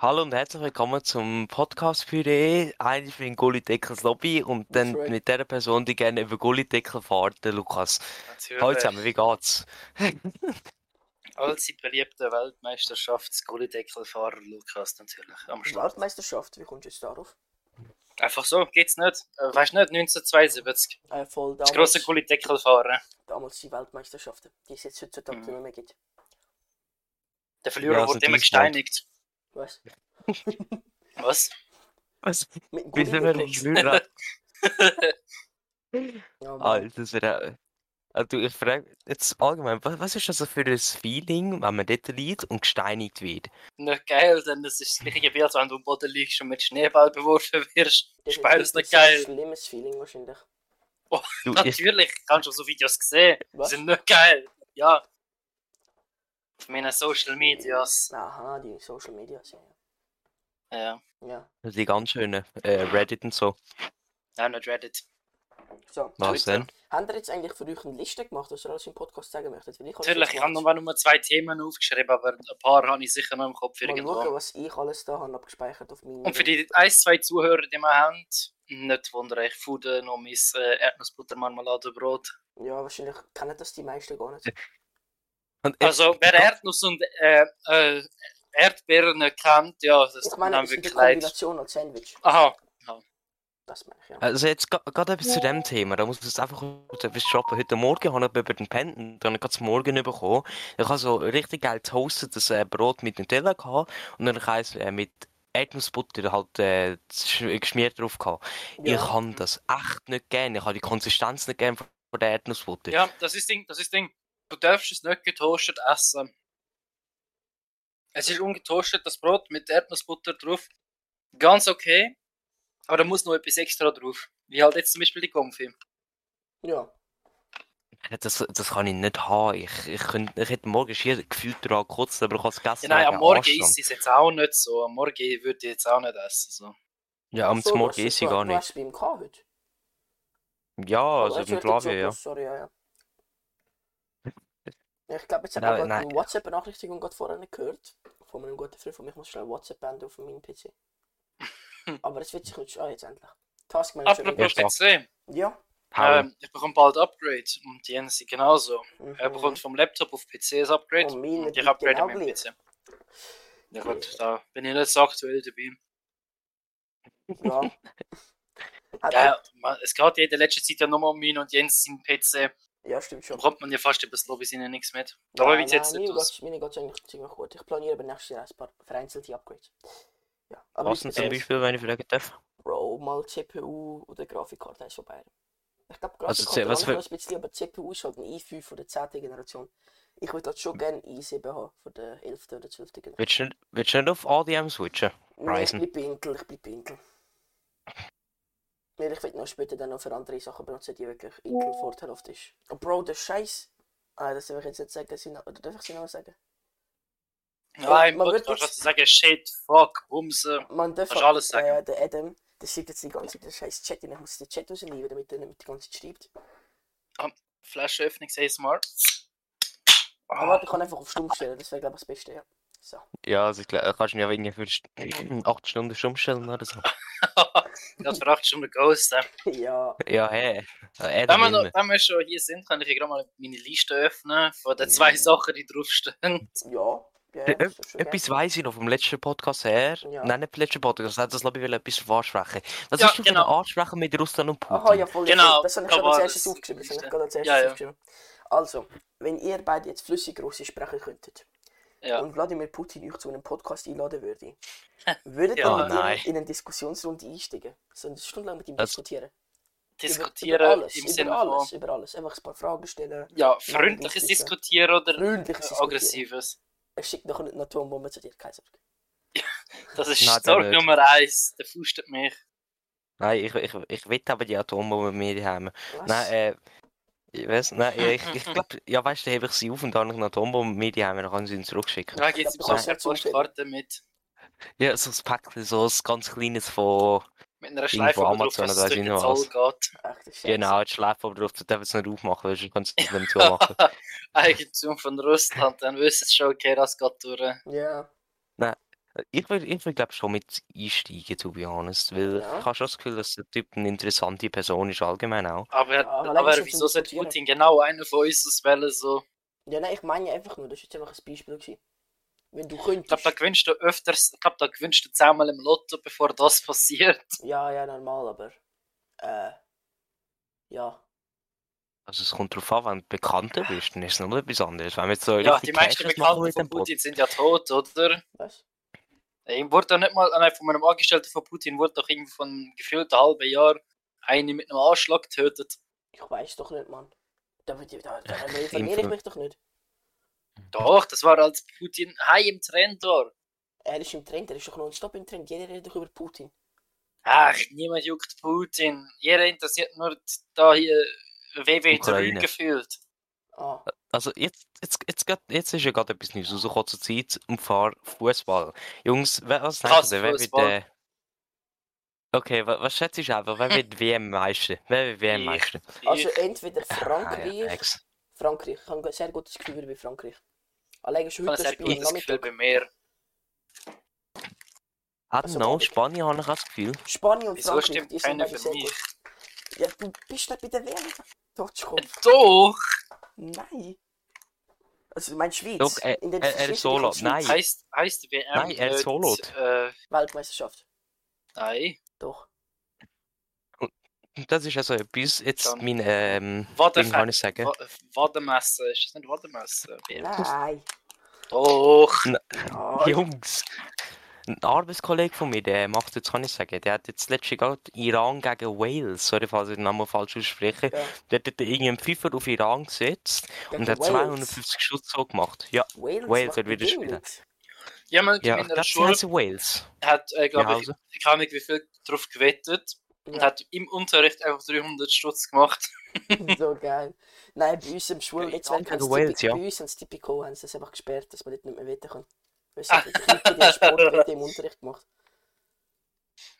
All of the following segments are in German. Hallo und herzlich willkommen zum Podcast Püree. Ein, ich bin Gullideckels Lobby und That's dann right. mit der Person, die gerne über Gullideckel fährt, der Lukas. Hallo zusammen, Natürlich. wie geht's? Allzeit beliebter Weltmeisterschafts-Gullideckelfahrer Lukas natürlich am Start. Weltmeisterschaft, wie kommst du jetzt darauf? Einfach so, geht's nicht. Äh, weißt du nicht, 1972. Äh, voll Das grosse damals, Gullideckelfahren. damals die Weltmeisterschaften, die es jetzt heutzutage Mhm. nicht mehr gibt. Der Verlierer Ja, also wurde immer Deutschland. gesteinigt. Was? Was? Was? Mit dem Wissen wir nicht, Gullideckel? Lyra? Ja, Ah, Mann. das wäre auch... Du, ich frage jetzt allgemein, was, was ist das für ein Feeling, wenn man dort liegt und gesteinigt wird? Nicht geil, denn das ist das gleiche Gefühl, als wenn du am Boden liegst und mit Schneeball beworfen wirst. Das Ist beides ist nicht ein geil. schlimmes Feeling wahrscheinlich. Du, ich, Natürlich, ich habe schon so Videos gesehen. Die Was? sind nicht geil. Ja. Auf meinen Social Medias. Aha, die Social Media sind Ja. ja. Ja, die ganz schönen äh, Reddit und so. Nein, nicht Reddit. so. Was Twitter. denn? Habt ihr jetzt eigentlich für euch eine Liste gemacht, was ihr alles im Podcast sagen möchtet? Weil ich alles Natürlich, ich jetzt habe gemacht. nur, nur zwei Themen aufgeschrieben, aber ein paar habe ich sicher noch im Kopf Mal schauen, irgendwo. was ich alles da habe abgespeichert auf meinem... Und für die ein, zwei Zuhörer, die wir haben, nicht wundern, ich fude noch mein äh, Erdnussbutter-Marmeladenbrot. Ja, wahrscheinlich kennen das die meisten gar nicht. Und ich- Also, wer Erdnuss und äh, äh, Erdbeeren nicht kennt, ja, das Ich tut meine, mir es ist die wirklich leid. Kombination als Sandwich. Aha, Das meine Äh, ich, ja. Also jetzt ge- gerade etwas zu dem Thema, da muss ich jetzt einfach kurz etwas droppen. Heute Morgen habe ich über den Penten, dann habe ich gerade zum Morgen bekommen. Ich habe so richtig geil toastetes äh, Brot mit Nutella gehabt und dann habe ich eins äh, mit Erdnussbutter halt äh, gesch- geschmiert drauf gehabt. Ich Ja, kann das echt nicht gern, ich habe die Konsistenz nicht gern von von der Erdnussbutter. ja, das ist Ding, das ist Ding. Du darfst es nicht getoastet essen. Es ist ungetoastet, das Brot mit Erdnussbutter drauf. Ganz okay, aber da muss noch etwas extra drauf. Wie halt jetzt zum Beispiel die Comfy. ja. Das, das kann ich nicht haben. Ich, ich, könnte, ich hätte morgen schier gefühlt daran gekotzt, aber ich habe es Ja, gegessen nein, am wegen Morgen Anstand. ist es jetzt auch nicht so. Am Morgen würde ich jetzt auch nicht essen. So. Ja, am So, du hast- Morgen ist sie du- gar Du nicht. hast beim K heute. Ja, Aber also jetzt im hört ihr Flavio, schon ja. los, sorry, ja, ja. Ja, Ich glaube, jetzt Nein, hat man gerade nein. eine WhatsApp-Benachrichtigung gerade vorher nicht gehört. Von einem guten Freund von mir. Ich muss schnell WhatsApp beenden auf meinem PC. Aber es wird sich nicht... Ah, jetzt endlich. Task Manager. Apropos Ja, PC, Ja. Hau. ähm, ich bekomme bald Upgrade und Jens sind genauso. Mhm. Er bekommt vom Laptop auf PC das Upgrade Und meine und ich bleibt upgrade genau meinen gleich. PC. Ja gut, da bin ich nicht so aktuell dabei. Ja. Ah, Hat- Ja, man- es geht ja in der letzten Zeit ja nochmal um ihn und Jens sind PC. ja, stimmt nou, Da schon. bekommt man ja fast über das Lobby seine nichts mit. Dabei wird jetzt nein, nicht meine aus. geht's- meine geht es eigentlich ziemlich gut. Ich planiere aber nächstes Jahr ein paar vereinzelte Upgrades. Ja, aber Was nicht denn zum speziell. Beispiel, wenn ich fragen darf? Bro, mal CPU oder Grafikkarte ist vorbei. Ich glaube, Also, Grafikkarte was also, für- noch ein bisschen, aber die CPU ist halt ein i5 von der 10. Generation. Ich würde halt schon gerne i7 haben von der 11. oder 12. Generation. Willst du nicht, willst du nicht auf ADM switchen? Nein, ich Ryzen. bleib bei Intel, ich bleib bei Intel. Weil ich will noch später dann noch für andere Sachen benutzen, die wirklich Intel vorteilhaft ist. Und Bro, der Scheiß. Ah, das darf ich jetzt nicht sagen, sie noch, oder darf ich sie noch sagen? Nein, man man wird wird was jetzt- zu sagen, shit, fuck, Bumse. Man darf Kannst alles sagen. Äh, der Adam, der schreibt jetzt die ganze Zeit den scheiß Chat in, ich muss den Chat rausnehmen, damit er nicht mit der ganze Zeit schreibt. Flaschenöffnung, say smart. Aber Ah. warte, ich kann einfach auf Stumm stellen, das wäre glaube ich das Beste, ja. So. Ja, also ich glaube, kannst du ja irgendwie für st- acht Stunden schon umstellen oder so. Gerade für 8 Stunden Ghost. äh. Ja, Ja, hä? Äh, Hey. Wenn wir, noch, wenn wir schon hier sind, kann ich hier gerade mal meine Liste öffnen von den zwei Sachen, die draufstehen. ja, ja, Ä- das ist schon geil. Etwas weiss ich noch vom letzten Podcast her. Ja. Nein, nicht vom letzten Podcast, das Lobby will etwas ansprechen. Was Ja, ist denn für genau. eine Ansprache mit Russland und Putin? Aha, ja, voll. Genau, Das habe ich da gerade war als das. erstes aufgeschrieben. Das habe ich gerade als erstes äh, Ja, ja. aufgeschrieben. Also, wenn ihr beide jetzt flüssig Russisch sprechen könntet Ja. und Wladimir Putin euch zu einem Podcast einladen würde, würdet Ja. ihr mit Nein. ihm in eine Diskussionsrunde einsteigen? So eine Stunde lang mit ihm Das- diskutieren? Über- Diskutieren über alles, im über Sinne alles, von. über alles. Einfach ein paar Fragen stellen, Ja, freundliches Nein, das ist ja- Diskutieren oder freundliches äh, Diskutieren. aggressives. Er schickt nachher nicht eine Atombombe zu dir, keine Sorge. Das ist Nein, Sorge dann nicht. Nummer eins. Der fustet mich. Nein, ich, ich, ich will aber die Atombomben mit mir haben. Was? Nein, äh. Ich weiß nein, ich, ich glaube, ja, weißt du, hebe ich sie auf und dann noch eine Atombombe mit mir haben, dann kann ich sie ihn zurückschicken. Da gibt es Ich glaub, besonders du eine kannst ja zustimmen. Postkarte mit, Ja, so ein Päckchen, so ein ganz kleines von. mit einer Ding Schleife, von wo drauf Amazon dass oder es weiss durch ich den noch Zoll was. geht. Ach, das ist Genau, die Schleife aber drauf, du darfst es nicht aufmachen, weil du kannst es nicht mehr machen. Ja, Eigentum von Russland, dann wissen sie schon, okay, das geht durch. Ja. Ich würde, ich würd, glaube schon mit einsteigen, to be honest. Weil Ja. ich habe schon das Gefühl, dass der Typ eine interessante Person ist, allgemein auch. Aber, aber aber lass uns wieso sollte diskutieren. Putin genau einer von uns auswählen? So? Ja, nein, ich meine ja einfach nur, das war jetzt einfach ein Beispiel. Gewesen. Wenn du Ich glaube, da könntest. gewinnst du öfters, ich glaube, da gewinnst du zehnmal im Lotto, bevor das passiert. Ja, ja, normal, aber. Äh. Ja. Also es kommt darauf an, wenn du Bekannter bist, dann ist es noch etwas anderes. Wenn wir jetzt so Ah. Ja, richtig die meisten Cashes machen Bekannten mit von dem Pod- Putin sind ja tot, oder? Was? Ich wurde doch nicht mal, ah, nein, von einem Angestellten von Putin wurde doch irgendwie von gefühlt einem halben Jahr eine mit einem Anschlag getötet. Ich weiß doch nicht, Mann. Da, da, da, da verliere ich Impfen. mich doch nicht. Doch, das war als Putin high im Trend war. Er ist im Trend, er ist doch nonstop im Trend. Jeder redet doch über Putin. Ach, niemand juckt Putin. Jeder interessiert nur die- da hier WW3 Ukraine. gefühlt. Ah. Also jetzt, jetzt, jetzt, grad- jetzt ist ja gerade etwas Neues rausgekommen zur Zeit, und zwar Fußball. Jungs, wer, was Krass, denkst du, wer wird Fussball. der... Okay, wa- was schätzt du einfach, wer wird WM meister? Wer wird WM Ich- meister? Also entweder Ah, ja, Frankreich. ex. Frankreich. Ich habe ein sehr gutes Gefühl bei Frankreich. Allein schon ich habe heute ein das sehr Spiel am gutes Gefühl Nachmittag. bei mir. I don't Also, know, Patrick. Spanien habe ich auch das Gefühl. Spanien und Wieso Frankreich, stimmt die sind keiner beide für sehr mich? gut. Ja, du bist nicht bei der WM. Totschkopf. Doch! Nein. Also, mein Schweiz. Doch, äh, in den äh, El Schweiz- Solo, Schweiz- nein. Heißt, heißt WM Nein, er ist nicht, Holot. Äh, Weltmeisterschaft. nein. Doch. Und Das ist also etwas, jetzt Dann- mein, ähm, Warte, Ding kann ich sagen. Wa- Wadenmesse, ist das nicht Wadenmesse? Nein. Oh, Doch! Nein. Jungs! Ein Arbeitskollege von mir, der macht jetzt, kann ich sagen, der hat jetzt letztens gerade Iran gegen Wales, sorry, falls ich den Namen falsch ausspreche, Ja. der hat dort irgendeinen Pfeifer auf Iran gesetzt Gegen und hat Wales. 250 Schutz so gemacht. Ja, Wales, Wales macht wird wieder die spielen. Wales. Jemand ja, in meiner das Schule heißt Wales. hat, äh, Ja, glaube ich, also. ich kann nicht wie viel drauf gewettet und Ja. hat im Unterricht einfach 300 Stutz gemacht. so geil. Nein, bei uns im Schulnetzwerk Ja, haben sie Wales, typisch- ja. bei uns haben sie typico, haben sie das einfach gesperrt, dass man dort nicht mehr wetten kann. Weil sie haben den Sportwette im Unterricht gemacht.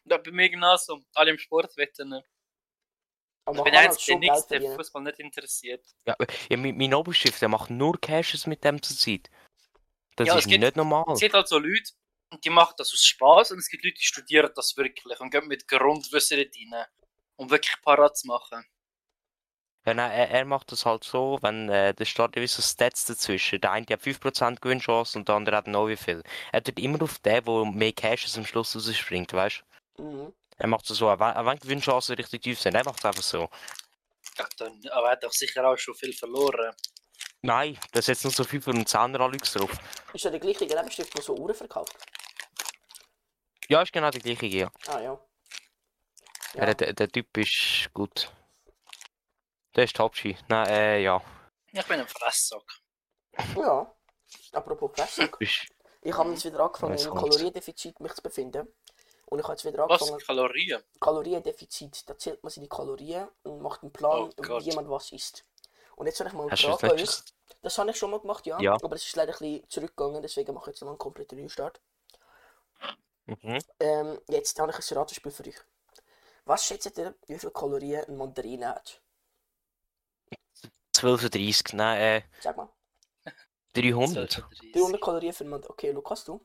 Ja, bei mir Gymnasium, alle im Sport wetten. Ich Aber man kann bin der halt Einzige, der schon Geld nichts, ne? der verdienen. Fußball nicht interessiert. Ja, ja, mein, mein Oberstift, der macht nur Cashes mit dem zur Zeit. Das Ja, es ist gibt- nicht normal. Es gibt halt so Leute, und die machen das aus Spaß und es gibt Leute, die studieren das wirklich und gehen mit Grundwissen dort rein, um wirklich parat zu machen. Ja, nein, er, er macht das halt so, wenn äh, der Staat gewisse Stats dazwischen. Der eine hat 5% Gewinnchance und der andere hat noch wie viel. Er tut immer auf den, der mehr Cashes am Schluss rausspringt, weißt du? Mhm. Er macht das so, auch wenn, auch wenn die Gewinnchancen richtig tief sind, er macht es einfach so. Ja, dann, aber er hat doch sicher auch schon viel verloren. Nein, da setzt nur so 5 und 10 Alex drauf. Ist ja der gleiche Gerätstift, der so Uhren verkauft. Ja, ist genau der gleiche, ja. Ah ja. ja. Ja. Der, der, der Typ ist gut. Der ist Topschi. Nein, äh, ja. Ich bin ein Fresssack. ja. Apropos Pressung. Ist, Ich habe jetzt wieder angefangen, Jetzt im kommt's. Kaloriendefizit mich zu befinden. Und ich habe jetzt wieder Was? angefangen, Kalorien? Kaloriendefizit, da zählt man seine Kalorien und macht einen Plan, Oh Gott. wie man was isst. Und jetzt habe ich mal eine hast du das Frage nicht an euch. just- Das habe ich schon mal gemacht, ja. Ja. Aber es ist leider ein bisschen zurückgegangen, deswegen mache ich jetzt noch einen kompletten Neustart. Mhm. Ähm, jetzt habe ich ein Ratespiel für euch. Was schätzt ihr, wie viele Kalorien eine Mandarine hat? 12.30 nein, äh, Sag mal. 300. 300 Kalorien für eine Mandarine. Okay, Lukas, du?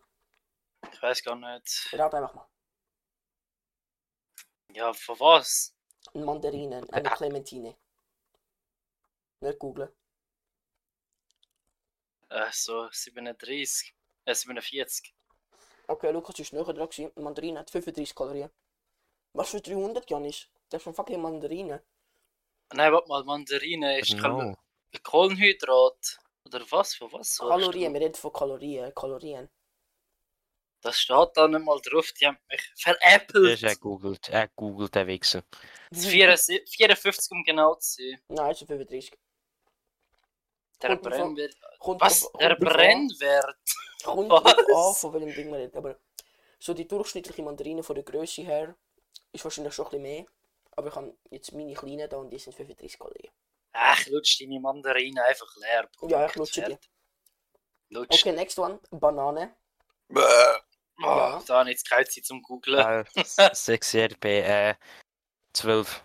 Ich weiß gar nicht. Rate einfach mal. Ja, von was? Eine Mandarine, eine Ah. Clementine. Nicht googlen. Äh, so 37. Äh, 47. Okay, Lukas ist näher dran gewesen. Eine Mandarine hat 35 Kalorien. Was für 300, Janis? Das ist eine fucking Oh, Mandarine. Nein, warte mal, Mandarine ist Kal No. Kohlenhydrat. Oder was? Von was? suchst Kalorien, du? wir reden von Kalorien. Kalorien. Das steht da nicht mal drauf. Die haben mich Er ist er veräppelt. googelt, er googelt, der Wichser. Das 54, 54, um genau zu sein. Nein, es sind 35. Der Kommt drauf an. Brennwert. Kommt Was? drauf- kommt Der drauf an- Brennwert? Kommt Was? drauf an, von welchem oh, Ding wir reden. Aber so die durchschnittliche Mandarine von der Größe her ist wahrscheinlich schon ein bisschen mehr. Aber ich habe jetzt meine kleinen da und die sind 35 Kalorien. Ach, lutsch deine Mandarine einfach leer. Ja, ich lutsche die. Lutsch. Okay, next one. Banane. Oh, Ah. da habe ich jetzt keine Zeit zum Googlen. Äh, 6 RP, äh, 12.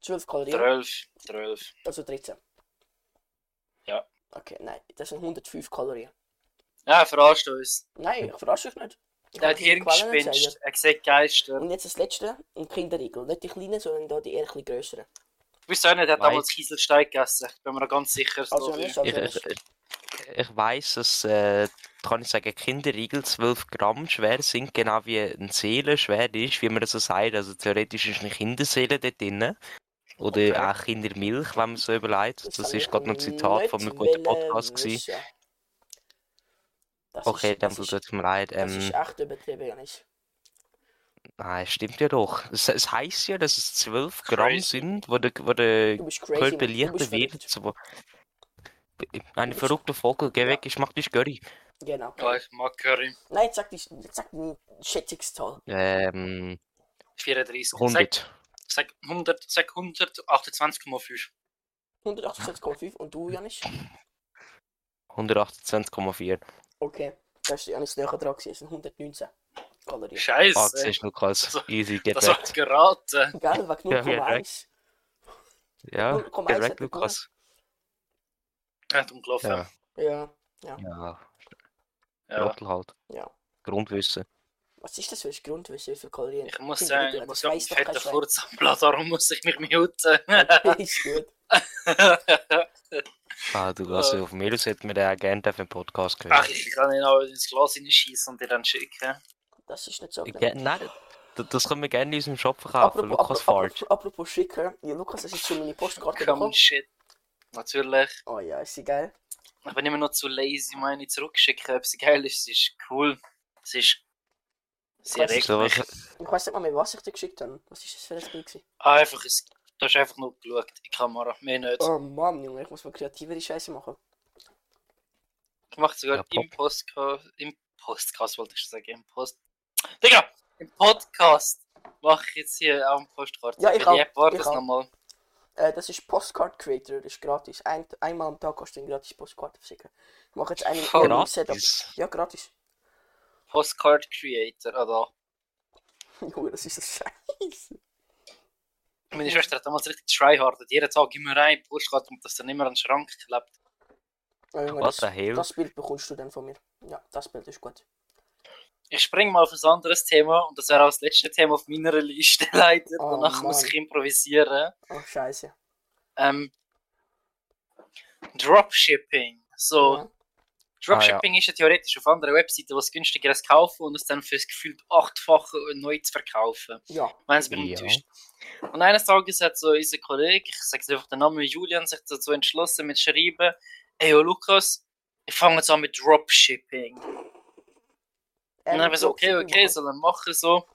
12 Kalorien, 12. 12. also 13. Ja. Okay, nein, das sind 105 Kalorien. Ja, verarscht uns. Nein, ich verrasche dich nicht. Der hat Hirn gespinst. Er sieht Geister. Und jetzt das letzte, ein Kinderriegel. Nicht die kleinen, sondern da die eher ein größeren. Ich weiß auch nicht, er hat Weiß. damals Kieselstein gegessen. Ich bin mir noch ganz sicher. Also, so wie- nicht, also Ich, nicht. ich, ich weiß, dass, äh, kann ich sagen, Kinderriegel 12 Gramm schwer sind, genau wie eine Seele schwer ist, wie man das so sagt. Also theoretisch ist eine Kinderseele dort drin. Oder Okay. auch Kindermilch, wenn man so überlegt. Das, habe ich ist gerade noch ein Zitat nicht von einem guten wollen Podcast. Gewesen. wissen. Das Okay, ist, dann das tut ist, es mir leid. das Ähm, ist echt übertrieben, Janis. nein, stimmt ja doch. Es, es heisst ja, dass es 12 Gramm Crazy. sind, wo der, wo der Du bist crazy. Körper Mann. Du leichter bist wird. verrückt. so- Eine bist- verrückte Vogel, geh Ja. weg, ich mach dich Curry. Genau. Ja, ich mag Curry. Nein, jetzt sag die, jetzt sag die Schätzungszahl. Ähm, 34. 100. Sag, sag 100, sag 128,5. 168,5 und du, Janis? 128,4. Okay. Da ist Janis näher dran gewesen. Es sind 119 Kalorien. Ah, Scheiße. siehst du, Lukas. Also, Easy, geht das hat weg. geraten. Gell, wegen Ja, wir 0,1. Ja, null Komma geht um weg, eins hat er Lukas. Er hat umgelaufen. Ja, Ja. ja. Ja. Trottel halt. Ja. Grundwissen. Was ist das für ein Grundwissen, wie viele Kalorien? Ich muss Kinder sagen, drin ich hat? muss Das gerade einen weiss doch kein fetten Schwein. Furz abblasen, darum muss ich mich muten. ist gut. Ah, du Lukas, auf mir hätten wir den auch gerne auf dem Podcast Ach, gehört. ich kann ihn auch ins Glas hineinschießen und dir dann schicken. Das ist nicht so Ich- genau. Ja, nein, das, das können wir gerne in unserem Shop verkaufen. Lukas Fart. apropos, apropos schicken. Ja, Lukas, das ist schon meine Postkarte Come on, bekommen. shit. Natürlich. Oh ja, ist sie geil. Ich bin immer noch zu lazy, meine zurückzuschicken. Ob sie geil ist, ist cool. Es ist. Sie Weißt du, regt So mich. was- Ich weiß nicht mal mehr, was ich dir geschickt habe. Was ist das für ein Bild? gewesen? Ah, einfach, es, du hast einfach nur geschaut in die Kamera, mehr nicht. Oh Mann, Junge, ich muss mal kreativere Scheiße machen. Ich mache sogar Ja, im Podcast, im Podcast wollte ich schon sagen, im Post. Digga! Im Podcast mache ich jetzt hier auch eine Postkarte. Ja, ich Weil auch, App war ich das auch. nochmal. Äh, das ist Postcard Creator, das ist gratis. Ein, einmal am Tag kannst du eine gratis Postkarte verschicken. Ich mache jetzt eine Oh, mit einem Setup. Gratis. Ja, gratis. Postcard Creator, ah da. Junge, das ist das Scheiße. Mhm. Meine Schwester hat damals richtig tryhardet. Jeden Tag immer rein, Postkarte und das dann immer an den Schrank geklebt. Oh, Junge, What das, the hell? das Bild bekommst du dann von mir. Ja, das Bild ist gut. Ich spring mal auf ein anderes Thema und das wäre auch das letzte Thema auf meiner Liste leider. Oh, Danach muss Mann. ich improvisieren. Oh, Scheiße. Ähm, Dropshipping. So, Ja. Dropshipping ist ja theoretisch auf anderen Webseiten was günstiger als kaufen und es dann fürs gefühlt achtfache neu zu verkaufen. Ja, Wenn es mir Ja. enttäuscht. Und eines Tages hat so unser Kollege, ich sage einfach den Namen Julian, sich dazu entschlossen mit Schreiben: Ey, yo, Lukas, ich fange jetzt an mit Dropshipping. Und dann haben wir so, okay, okay, soll er machen so.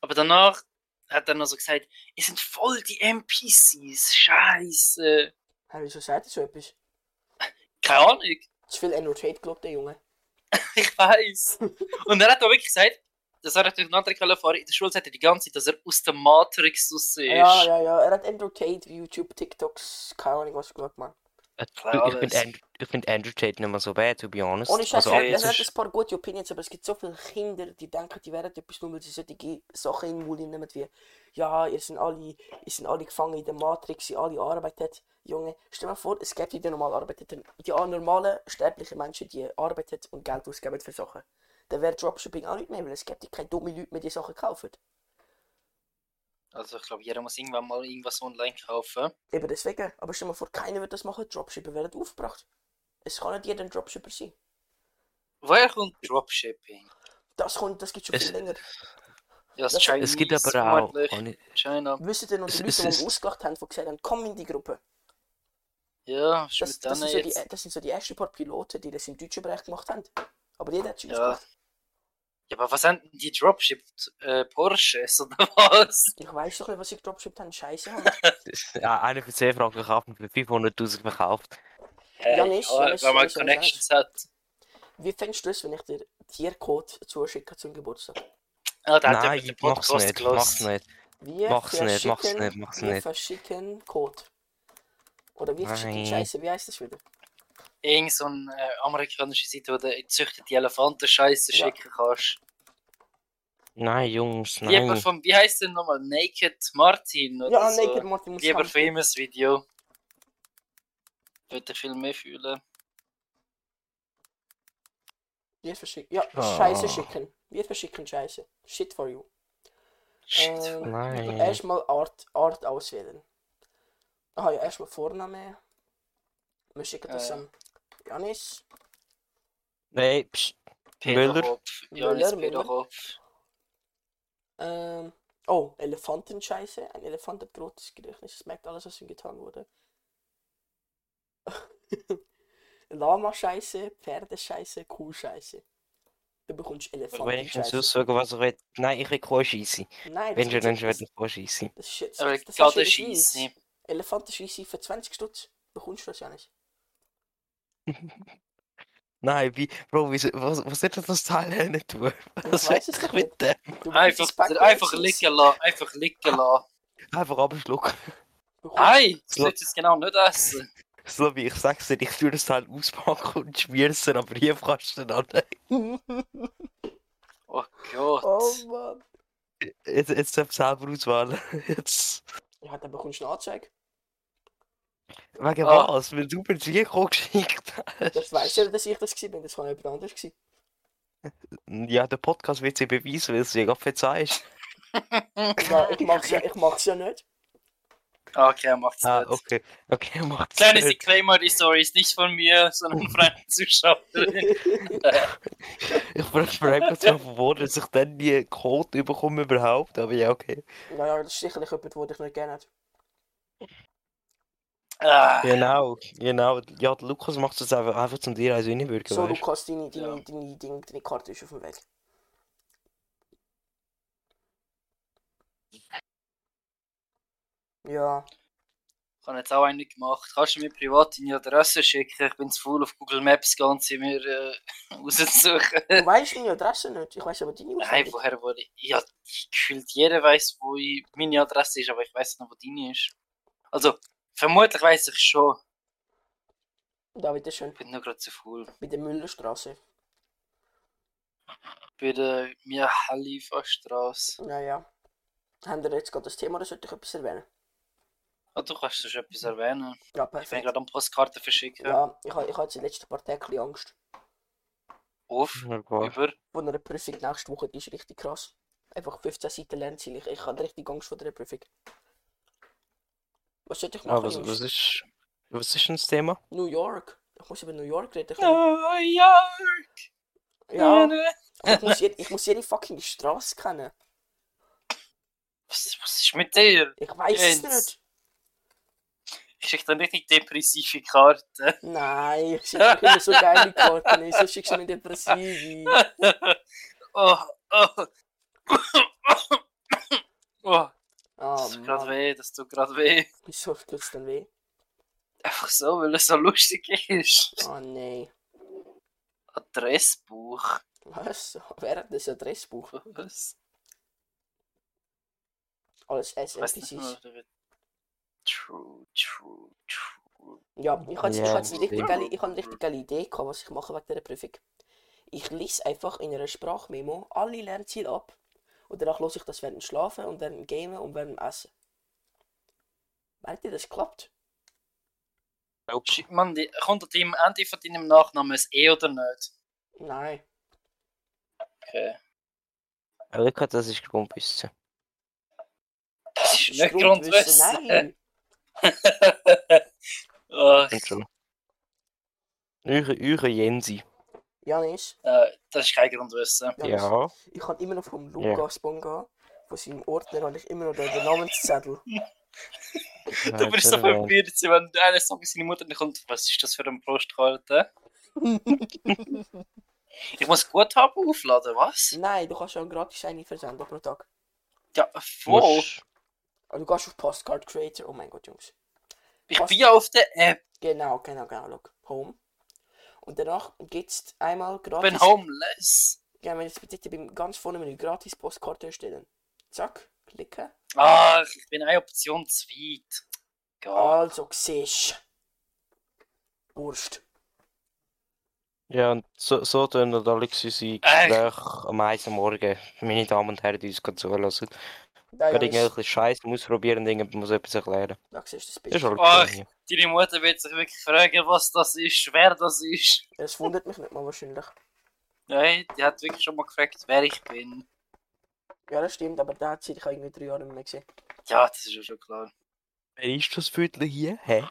Aber danach hat er noch so gesagt, ihr sind voll die NPCs, scheiße. Hey, wieso sagt ihr so etwas? Keine Ahnung, Zu viel Enrotate glaubt der Junge. ich weiß. Und er hat auch wirklich gesagt, dass er natürlich nach der fahren in der Schule sagt er die ganze Zeit, dass er aus der Matrix raus ist. Ja, ja, ja, er hat Enrotate, YouTube, TikToks, keine Ahnung, was glaubt man. Du, ich finde Andrew, ich find Andrew Tate nicht mehr so bad, to be honest. Ohne Scheiß, Also, er, okay, alles er hat ist, ein paar gute Opinions, aber es gibt so viele Kinder, die denken, dus die wären etwas nur, weil sie solche Sachen in den Mund nehmen, wie «Ja, ihr sind alle, ihr sind alle gefangen in der Matrix, ihr alle arbeitet.» Junge, stell dir mal vor, es gibt die, die normal arbeiten. Die an- normalen, sterblichen Menschen, die arbeiten und Geld ausgeben für Sachen. Dann wäre Dropshipping auch nicht mehr, weil es gibt keine dummen Leute mehr, die Sachen kaufen. Also ich glaube, jeder muss irgendwann mal irgendwas online kaufen. Eben deswegen. Aber stell dir mal vor, keiner wird das machen, Dropshipper werden aufgebracht. Es kann nicht jeder ein Dropshipper sein. Woher kommt Dropshipping? Das, kommt, das gibt schon Es- viel länger. Ja, das Das- es gibt Chinese, aber auch. vermutlich. ohne- China. Wisst ihr noch die Es- Leute, es die ist- wir ausgelacht haben, die gesagt haben, komm in die Gruppe? Ja, was ist Das, mit das, sind denen so die, e, jetzt? das sind so die ersten paar Piloten, die das im deutschen Bereich gemacht haben. Aber jeder hat schon Ja. ausgelacht. Ja, aber was haben denn die Dropshipped? Äh, Porsches oder was? Ich weiß doch nicht, was ich dropshippt habe. Scheiße. Ja, Einer für 10 Franken gekauft und für 500.000 verkauft. Äh, Janis, Janis, wenn man Janis, Janis, Connections hat. Wie fändest du es, wenn ich dir Tiercode zuschicke zum Geburtstag? Ah, da hat Nein, jemand den mach's Podcast nicht, gehört. mach's nicht. Wir Mach's nicht, mach's verschicken- nicht, mach's Wir nicht. verschicken Code. Oder wir verschicken Nein. Scheiße, wie heißt das wieder? Irgend so eine äh, amerikanische Seite, wo du züchtete Elefanten Scheiße Ja. schicken kannst. Nein, Jungs, Lieber nein. vom, wie heißt denn nochmal? Naked Martin? eh, Oder Ja, so. Naked Martin muss äh, Lieber haben. famous Video. Würde ich viel mehr fühlen. Wir verschicken. Ja, Ah. Scheiße schicken. Wir verschicken Scheiße. Shit for you. Shit. Ähm, Nein. erstmal Art, Art auswählen. Ah ja, erstmal Vorname. Wir schicken das Äh. an Janis. Nein, psch. Müller. Peterkopf. Ja, Müller, jetzt Müller. Peterkopf. Ähm, oh, Elefantenscheiße. Ein Elefant hat großes Gedächtnis. Es merkt alles, was ihm getan wurde. Lama-Scheiße, Pferdescheiße, Kuhscheiße. Du bekommst Wenn ich Elefantenscheiße. aussuchen, was ich will. Nein, ich will Kuhscheisse. Nein, Wenn schon, das, dann das, werde ich Kuhscheisse. das ist jetzt. Aber Das, ich das kann hast du den in der Schweiz. schießen. Elefantenscheiße für 20 Stutz. Bekommst du das ja nicht. Nein, wie, Bro, wieso, was, was hat das Teil nicht tun? Was weiß will es ich doch mit dem? Du Einfach, bekommst das Pack einfach Lunches, liegen lassen. Einfach liegen lassen. Einfach abschlucken. bekommst- Nein, das So. solltest du jetzt genau nicht essen. So wie ich sag's dir, ich tue das Teil auspacken und schmier es dann aber hier fast an. Oh Gott. oh Mann. Jetzt, jetzt darf ich selber auswählen. Jetzt. Ja, dann bekommst du eine Anzeige. Wegen Ah. was? Weil du mir die Rico geschickt hast. Das weiss ja, dass ich das gewesen bin. Das kann jemand anders gewesen. Ja, der Podcast wird sie beweisen, weil sie ja verzeihst. Nein, ich mach's ja, ich mach's ja nicht. Okay, macht's Ah, nicht. okay. Okay, macht's Kleines gut. Disclaimer, die Story ist nicht von mir, sondern von einem Zuschauer. Ich frage mich zwar von wo, dass ich dann die Code überkomme überhaupt, aber ja, okay. Naja, das ist sicherlich jemand, der dich nicht gerne hat. Ah, Genau, genau. Ja, der Lukas macht das einfach, einfach zum dir als Innenbürger, So, weißt Lukas, deine, deine, Ja. deine, deine, deine Karte ist auf dem Weg. Ja, Ich habe jetzt auch einen gemacht. Kannst du mir privat deine Adresse schicken? Ich bin zu faul auf Google Maps, das Ganze mir äh, rauszusuchen. du weißt meine Adresse nicht. Ich weiß aber deine Nein, Auswahl. woher wurde ich? Ja, ich- gefühlt jeder weiß, wo ich, meine Adresse ist, aber ich weiß nicht, wo deine ist. Also, vermutlich weiß ich schon. David ist schön. Ich bin nur gerade zu faul. Mit der Müllerstraße. Bei der Mia Halifa Straße. Naja. Haben wir jetzt gerade das Thema oder sollte ich etwas erwähnen? Ah, du kannst das etwas erwähnen. Ja, Ich bin perfekt. gerade am Postkarten verschicken. Ja, ich habe ich hab jetzt die letzten paar Tage ein bisschen Angst. Auf, du? Ja. über. Von einer Prüfung nächste Woche die ist richtig krass. Einfach 15 Seiten Lernziel. Ich, ich habe richtig Angst vor der Prüfung. Was sollte ich machen? Ah, was, Jungs? was ist. Was ist denn das Thema? New York. Ich muss über New York reden. können. Oh, ja. Ja, aber ich, muss jede, ich muss jede fucking Straße kennen. Was, was ist mit dir? Ich weiß es Jens. nicht. Ich schicke dir richtig depressive Karten. Nein, ich schicke immer so geile Karten. Ich so schickst du mir depressiv. oh, oh. oh, Ah, das tut gerade Mann. weh, das tut gerade weh. Wieso tut's denn weh? Einfach so, weil es so lustig ist. Oh nein. Adressbuch. Was? Wer hat das Adressbuch? Was? Alles Weißt du, SNPCs. was du- nou? True, true, true. Ja, ich habe Ja, eine richtig stimmt. geile, ich hab eine richtig geile Idee gehabt, was ich mache wegen dieser Prüfung. Ich lese einfach in einer Sprachmemo alle Lernziele ab und danach höre ich das während dem Schlafen und während dem Gamen und während dem Essen. Meint ihr, das klappt? Sch- Mann, die, kommt an deinem Ende von deinem Nachnamen ein E oder nicht? Nein. Okay. Lukas, das ist Grundwissen. Das ist nicht Grundwissen, Grundwissen. Nein. Ah, Und so. Eure, eure Jensi. Janis, äh, das ist kein Grundwissen. Janis, Ja. ich habe immer noch vom Lukas Bonga, von seinem Ordner, habe ich immer noch den Namenszettel. Du bist so verwirrt, sie wenn einer sagt, seine Mutter nicht kommt. Was ist das für eine Postkarte? ich muss Guthaben aufladen, was? Nein, du kannst ja gratis eine versenden pro Tag. Ja, wo? Und du gehst auf Postcard Creator, oh mein Gott, Jungs. Ich bin ja auf der App. Genau, genau, genau. Look. Home. Und danach gibt's einmal Ich gratis. bin homeless. Ja, wenn jetzt bitte beim ganz vorne Menü gratis Postkarte erstellen. Zack, klicken. Ach, ich bin eine Option zu weit. Gott. Also siehst. Wurst. Ja, und so, so tun wir alle unsere Gespräche am meisten Morgen. Meine Damen und Herren, die uns gerade zulassen. Da Gerade ist irgendwelche Scheiße muss probieren, irgendjemand muss etwas erklären. da siehst du das Das ist halt Bild. alles Ach. cool. Deine Mutter wird sich wirklich fragen, was das ist, wer das ist. Es wundert mich nicht mal wahrscheinlich. Nein, die hat wirklich schon mal gefragt, wer ich bin. Ja, das stimmt, aber da hat sie dich auch irgendwie drei Jahre nicht mehr gesehen. Ja, das ist ja schon klar. Wer ist das Viertel hier? Hä?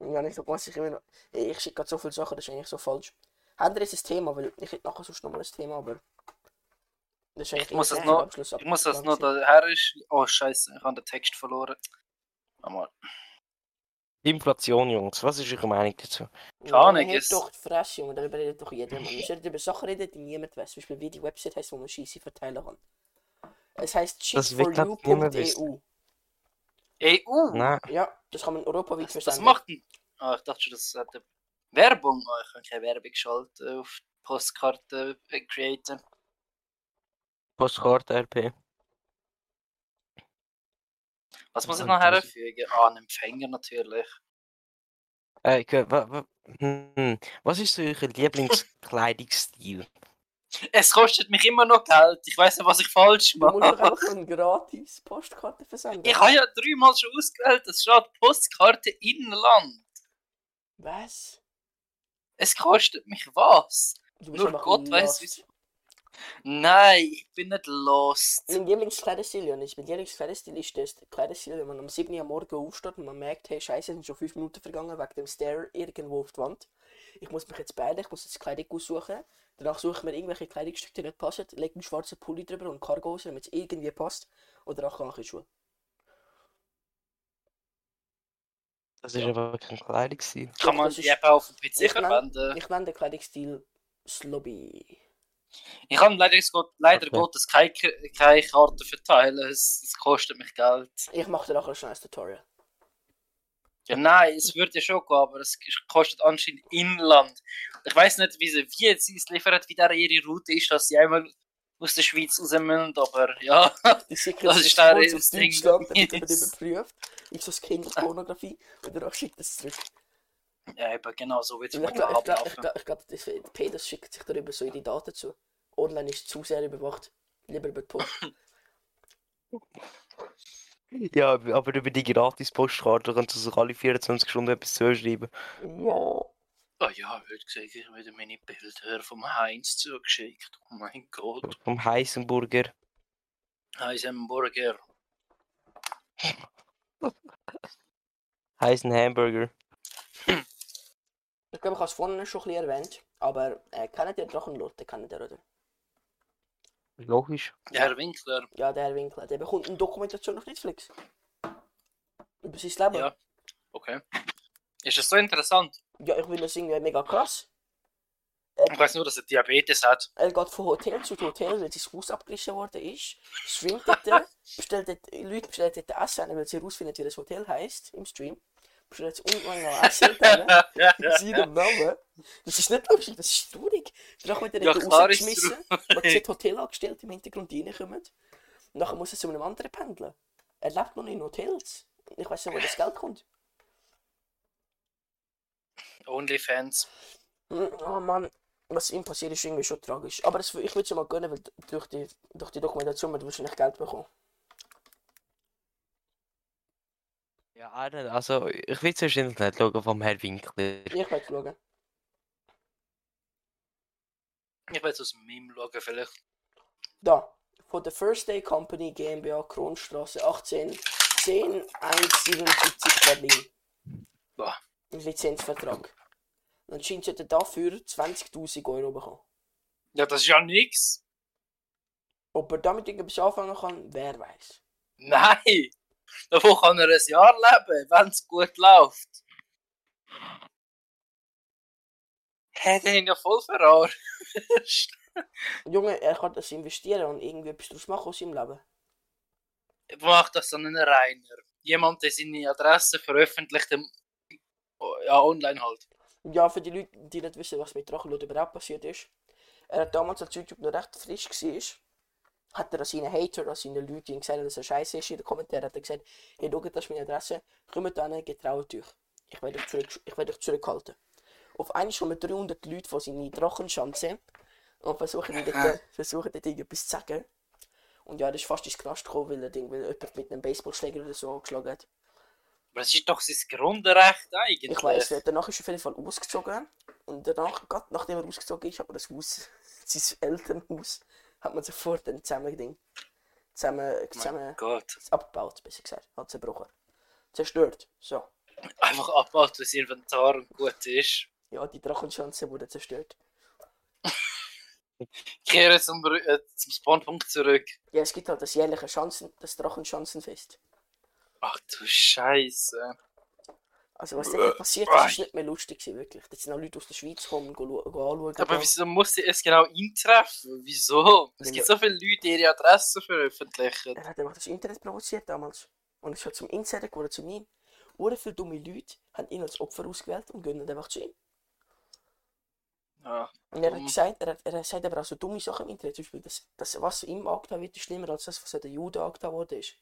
Ja, nicht so ganz sicher. wenn- Ey, Ich schicke gerade so viele Sachen, das ist eigentlich so falsch. Haben wir jetzt ein Thema? Weil ich hätte nachher sonst nochmal ein Thema, aber. Das ist eigentlich muss eher das so noch- am Schluss ab- Ich muss das noch abgeschlossen. daher ist. Oh scheiße, ich habe den Text verloren. Nochmal. Inflation, Jungs. Was ist eure Meinung dazu? Keine Ahnung, Ja, es- ist halt doch die Fresse, Junge, darüber redet doch jeder. Mann. Wir sollten über Sachen reden, die niemand weiß. Zum Beispiel, wie die Website heißt, wo man Scheiße verteilen kann. Es heißt Das will grad niemand shitforyou.eu. EU! Nein. E Ja, das kann man europaweit Das, das versenden. macht ein... Ah, ich dachte schon, das hat eine Werbung. Ah, ich kann keine Werbung schalten auf Postkarten äh, createn. Postkarte RP. Was muss ich Und noch das- herfügen? Ah, einen Empfänger natürlich. Äh, ich, wa, wa, hm, was ist so euer Lieblingskleidungsstil? Es kostet mich immer noch Geld. Ich weiß nicht, was ich falsch Man muss doch mache. einfach eine gratis Postkarte versenden. Ich habe ja dreimal schon ausgewählt, es steht Postkarte Inland. Was? Es kostet mich was? Du Nur einfach Gott weiß, lost. wie's- Nein, ich bin nicht lost. Mein Lieblingskleidungsstil, Jonas, mein Lieblingskleidungsstil ist das Kleidungsstil, wenn man am 7. Uhr am Morgen aufsteht und man merkt, hey, scheiße, es sind schon 5 Minuten vergangen wegen dem Stare irgendwo auf die Wand. Ich muss mich jetzt beeilen, ich muss jetzt Kleidung aussuchen. Danach suche ich mir irgendwelche Kleidungsstücke, die nicht passen, lege einen schwarzen Pulli drüber und Cargos, damit es irgendwie passt. Und danach gehe ich in die Schule. Das ist aber kein Kleidungsstil. Kann man das die ist- eben auf dem PC Ich mein- verwenden? Ich nenne den Kleidungsstil Slobby. Ich kann leider, Gott- leider Okay. Gottes keine, keine Karte verteilen. Es, es kostet mich Geld. Ich mache dir nachher schnell ein Tutorial. Ja, nein, es würde ja schon gehen, aber es kostet anscheinend Inland. Ich weiß nicht, wie sie, wie sie es liefert, wie da ihre Route ist, dass sie einmal aus der Schweiz raus müssen, aber ja. Die Secret Das Service ist der kommt aus Instinkt. Deutschland, damit wird Yes. überprüft. Ist das Kinderpornografie? Und danach schickt es zurück. Ja, eben genau so wird Ich es mir glaube, ich glaub, ich ablaufen. glaub, ich glaub, das- die Pedos schickt sich darüber so die Daten zu. Online ist zu sehr überwacht. Lieber über die Post. Ja, aber aber über die gratis Postkarte kannst du sich alle 24 Stunden etwas zuschreiben. ja. Ah ja, heute sehe ich wieder meine Bilder vom Heinz zugeschickt. Oh mein Gott, Vom Heisenburger. Heinz Hamburger. Heisenhamburger. Ich glaube, ich habe es vorhin schon ein bisschen erwähnt. Aber äh, kennt ihr Drachenlotte? Kennt ihr, oder? Logisch. Der Herr Winkler. Ja, der Herr Winkler. Der bekommt eine Dokumentation auf Netflix. Über sein Leben. Ja. Okay. Ist das so interessant? ja ich finde das irgendwie mega krass. Ich weiß nur, dass er Diabetes hat. Er geht von Hotel zu Hotel, weil sein Haus abgerissen worden ist. Schwimmt dort, bestellt dort, Leute bestellen dort Essen, weil sie herausfinden, wie das Hotel heisst im Stream. Bestellt sie unten noch Essen. dann- mit seinem Namen. Das ist nicht lustig, das ist traurig. Danach wird er Ja, ja, klar ist rausgeschmissen. Man sieht Hotelangestellte im Hintergrund reinkommen. Und nachher muss er zu einem anderen pendeln. Er lebt noch in Hotels. Ich weiß nicht, wo das Geld kommt. Onlyfans. Hm, Oh Mann, was ihm passiert ist irgendwie schon tragisch. Aber das, ich würde es ihm mal gönnen, weil durch die, durch die Dokumentation wird er wahrscheinlich Geld bekommen. Ja, auch nicht. also ich will zuerst nicht schauen vom Herrn Winkler. Ich werde schauen. Ich will aus dem Meme schauen, vielleicht. Da, von der First Day Company GmbH, Kronstraße 18, 10177 Berlin. Boah. Im Lizenzvertrag. Und anscheinend sollte er dafür 20.000 Euro bekommen. Ja, das ist ja nix. Ob er damit irgendwas anfangen kann, wer weiß. Nein! Davon kann er ein Jahr leben, wenn es gut läuft. Hä, den ihn ja voll verarscht. Junge, er kann das investieren und irgendwie etwas draus machen aus seinem Leben. Macht das dann ein Reiner. Jemand, der seine Adresse veröffentlicht, im- oh, ja, online halt. Ja, für die Leute, die nicht wissen, was mit Drachenlord überhaupt passiert ist. Er hat damals, als YouTube noch recht frisch war, hat er an seine Hater, an seine Leute die ihm gesagt, haben, dass er scheiße ist. In den Kommentaren hat er gesagt, ihr schaut, das ist meine Adresse, kommt hin, getraut euch. Ich werde euch, zurück, ich werde euch zurückhalten. Auf einmal schon mit 300 Leuten von seinen Drachenschanze und versuchen, ihnen dort, versuchen dort irgendwas zu sagen. Und ja, er ist fast ins Knast gekommen, weil er irgendwie jemand mit einem Baseballschläger oder so angeschlagen hat. Aber das ist doch sein Grundrecht eigentlich. Ich weiß nicht, danach ist er auf jeden Fall ausgezogen. Und danach, gerade nachdem er ausgezogen ist, hat man das Haus, sein Elternhaus, hat man sofort ein zusammen Ding. Zusammen, zusammen Gott. abgebaut, besser gesagt. Hat zerbrochen. Zerstört. So. Einfach abmacht, was Inventar und gut ist. Ja, die Drachenschanze wurde zerstört. Kehren zum, Ru- äh, zum Spawnpunkt zurück. Ja, es gibt halt das jährliche Schanzen, das Drachenschanzenfest. Ach du Scheiße. Also was dort passiert, das ist nicht mehr lustig gewesen, wirklich. Da sind auch Leute aus der Schweiz gekommen, go lu- go anschauen. Aber wieso muss ich es genau ihn treffen? Wieso? Es Weil- gibt so viele Leute, die ihre Adresse veröffentlichen. Er hat einfach das Internet provoziert damals. Und ist halt zum Insider geworden, zu ihm. Oder viele dumme Leute haben ihn als Opfer ausgewählt und gehen dann einfach zu ihm. Ja. Und er hat Dumm. gesagt, er, hat- er sagt aber auch so dumme Sachen im Internet. Zum Beispiel, dass, dass was ihm angetan wird, ist schlimmer als das, was an den Juden angetan worden ist.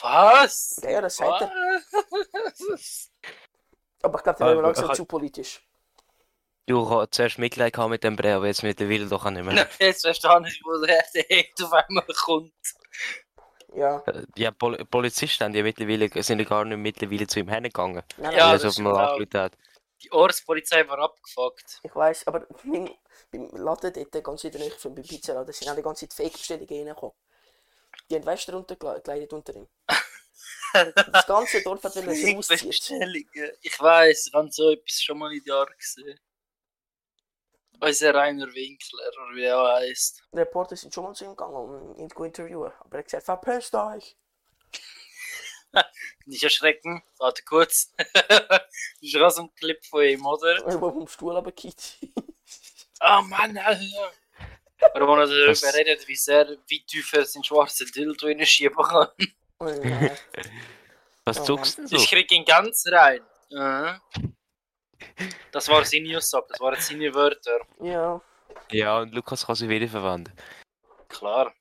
Was? Ja, ja, das sagt er. Was? Aber ich glaube, der wird Aber- langsam aber- zu politisch. Du hast zuerst Mitleid gehabt mit dem Brea, aber jetzt mittlerweile doch auch nicht mehr. Jetzt verstehe ich, woher der Hate auf einmal kommt. Ja, Äh, Ja, Pol Polizisten die mittlerweile, sind ja gar nicht mittlerweile zu ihm hingegangen. nein, Ja, Ja, nein, das das auf ist mal genau- angerufen hat. Die Ortspolizei war abgefuckt. ich weiß, aber beim, beim Laden dort, ganz in der Nähe von beim Pizzaladen, sind auch die ganze Zeit Fake-Bestellungen reingekommen. Die haben Wäsche runtergeleitet unter ihm. Das ganze Dorf hat wollen, dass er auszieht. Bestellungen. Ich weiss, ich habe so etwas schon mal in den Jahren gesehen. Unser Rainer Winkler, oder wie er auch heisst. Die Reporter sind schon mal zu ihm gegangen, um ihn zu interviewen. Aber er hat gesagt, verpisst euch! Nicht erschrecken, warte kurz. das ist gerade so ein Clip von ihm, oder? Er war vom Stuhl runtergekippt. Ah Mann, Alter! Oder wo er Das- darüber redet, wie sehr, wie tief er seinen schwarzen Dildo reinschieben kann. Oh nein. Was Oh zuckst du denn Ich so? krieg ihn ganz rein. Mhm. Das war seine Aussage, das waren seine Wörter. ja. Ja, und Lukas kann sie wieder verwenden. Klar.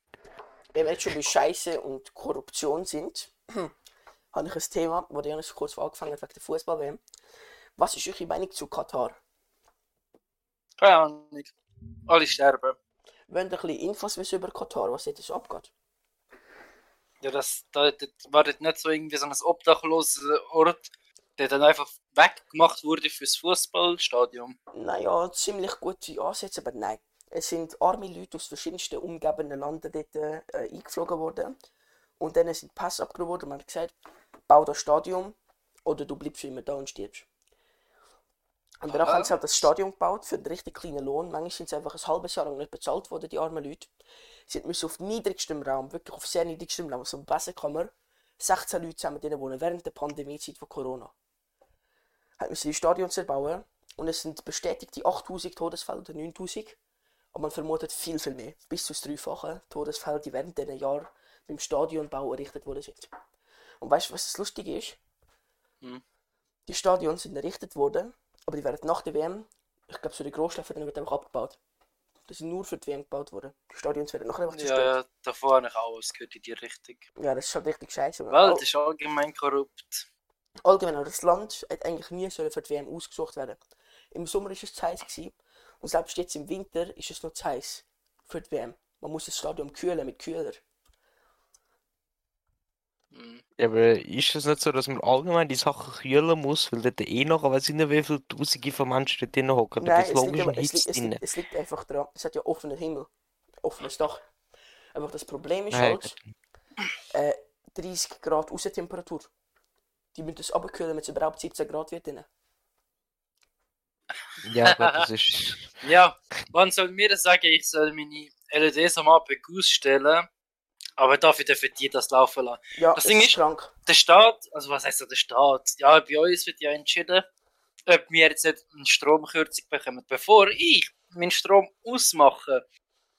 Wenn wir jetzt schon bei Scheiße und Korruption sind, habe ich ein Thema, wo Janis kurz angefangen hat wegen der Fußball-WM. Was ist eure Meinung zu Katar? Keine Ahnung. Alle sterben. Wenn ihr ein bisschen Infos wissen über Katar, was dort so abgeht? Ja, das, da, das war das nicht so irgendwie so ein obdachloser Ort, der dann einfach weggemacht wurde fürs Fußballstadion. Naja, ziemlich gute Ansätze, aber nein. Es sind arme Leute aus verschiedensten umgebenden Ländern dort äh, eingeflogen worden. Und denen sind Pass abgenommen worden und man hat gesagt, bau das Stadion oder du bleibst für immer da und stirbst. Und danach haben sie halt das Stadion gebaut für einen richtig kleinen Lohn. Manchmal sind sie einfach ein halbes Jahr lang nicht bezahlt worden, die armen Leute. Sie müssen auf niedrigstem Raum, wirklich auf sehr niedrigstem Raum, so eine Besenkammer, 16 Leute zusammen drinnen wohnen, während der Pandemiezeit von Corona. Hat müssen die Stadion zerbauen und es sind bestätigte 8000 Todesfälle oder 9000. Und man vermutet viel, viel mehr. Bis zu das dreifache Todesfälle, die während diesen Jahren beim Stadionbau errichtet worden sind. Und weißt du, was das Lustige ist? Hm. Die Stadions sind errichtet worden, aber die werden nach der WM, ich glaube, so die Großstädte werden einfach abgebaut. Das sind nur für die WM gebaut worden. Die Stadions werden nachher einfach zerstört. Ja, ja, davor habe ich auch alles gehört in die Richtung. Ja, das ist schon richtig scheiße. Welt All, ist allgemein korrupt. allgemein, aber das Land hat eigentlich nie sollen für die WM ausgesucht werden. Im Sommer ist es zu heiß gewesen, und selbst jetzt im Winter ist es noch zu heiß für die WM. Man muss das Stadion kühlen mit Kühler. Hm. Ja, aber ist es nicht so, dass man allgemein die Sachen kühlen muss, weil dort eh nachher weiß ich nicht, wie viele Tausende von Menschen dort drin hocken? Da Nein, gibt es es liegt, logisch aber, es, nichts liegt, es, drin. liegt, es liegt einfach daran, es hat ja offenen Himmel, offenes Dach. Aber das Problem ist Nein, halt, äh, 30 Grad Außentemperatur. Die müssen das abkühlen, wenn es überhaupt 17 Grad wird. Drin. Ja, gut, das ist. Ja, wann soll mir das sagen, ich soll meine LEDs am Abend ausstellen, aber dafür dürfen die das laufen lassen. Ja, Das es Ding ist ist- krank. Der Staat, also was heißt so der Staat? Ja, bei uns wird ja entschieden, ob wir jetzt nicht eine Stromkürzung bekommen. Bevor ich meinen Strom ausmache,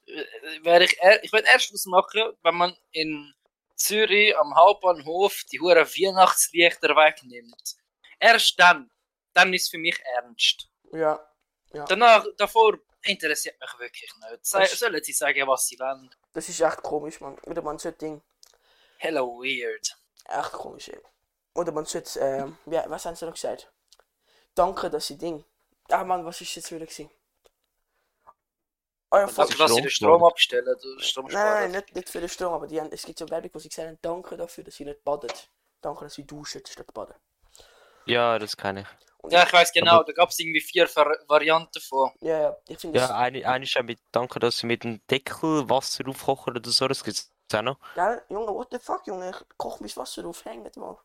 äh, wäre ich, er, ich würde erst ausmachen, wenn man in Zürich am Hauptbahnhof die hohen Weihnachtslichter wegnimmt. Erst dann, dann ist es für mich ernst. Ja. Danach, davor interessiert mich wirklich nicht. Sei, Was- sollen sie sagen, was sie wollen? Das ist echt komisch, man. Oder man sollte Ding. Hello, weird. Echt komisch, ey. Oder man sollte, ähm, ja, was haben sie noch gesagt? Danke, dass sie Ding. Ah, Mann, was ist jetzt wieder gewesen? Ah ja, Und voll. dafür, dass sie den Strom abstellen, den Strom Nein, sparen. nicht, nicht für den Strom, aber die haben, es gibt so Werbung, wo sie gesagt haben, danke dafür, dass sie nicht badet. Danke, dass sie duschen statt baden. Ja, das kann ich. Und Ja, ich weiß genau, Aber- da gab es irgendwie vier Ver Varianten von. ich, ja, dus- ja, ich finde Ja, eine, eine ist auch mit, danke, dass sie mit dem Deckel Wasser aufkochen oder so, das gibt es auch noch. das. Gell? Junge, what the fuck, Junge? Ich koch mein Wasser auf, häng nicht mal.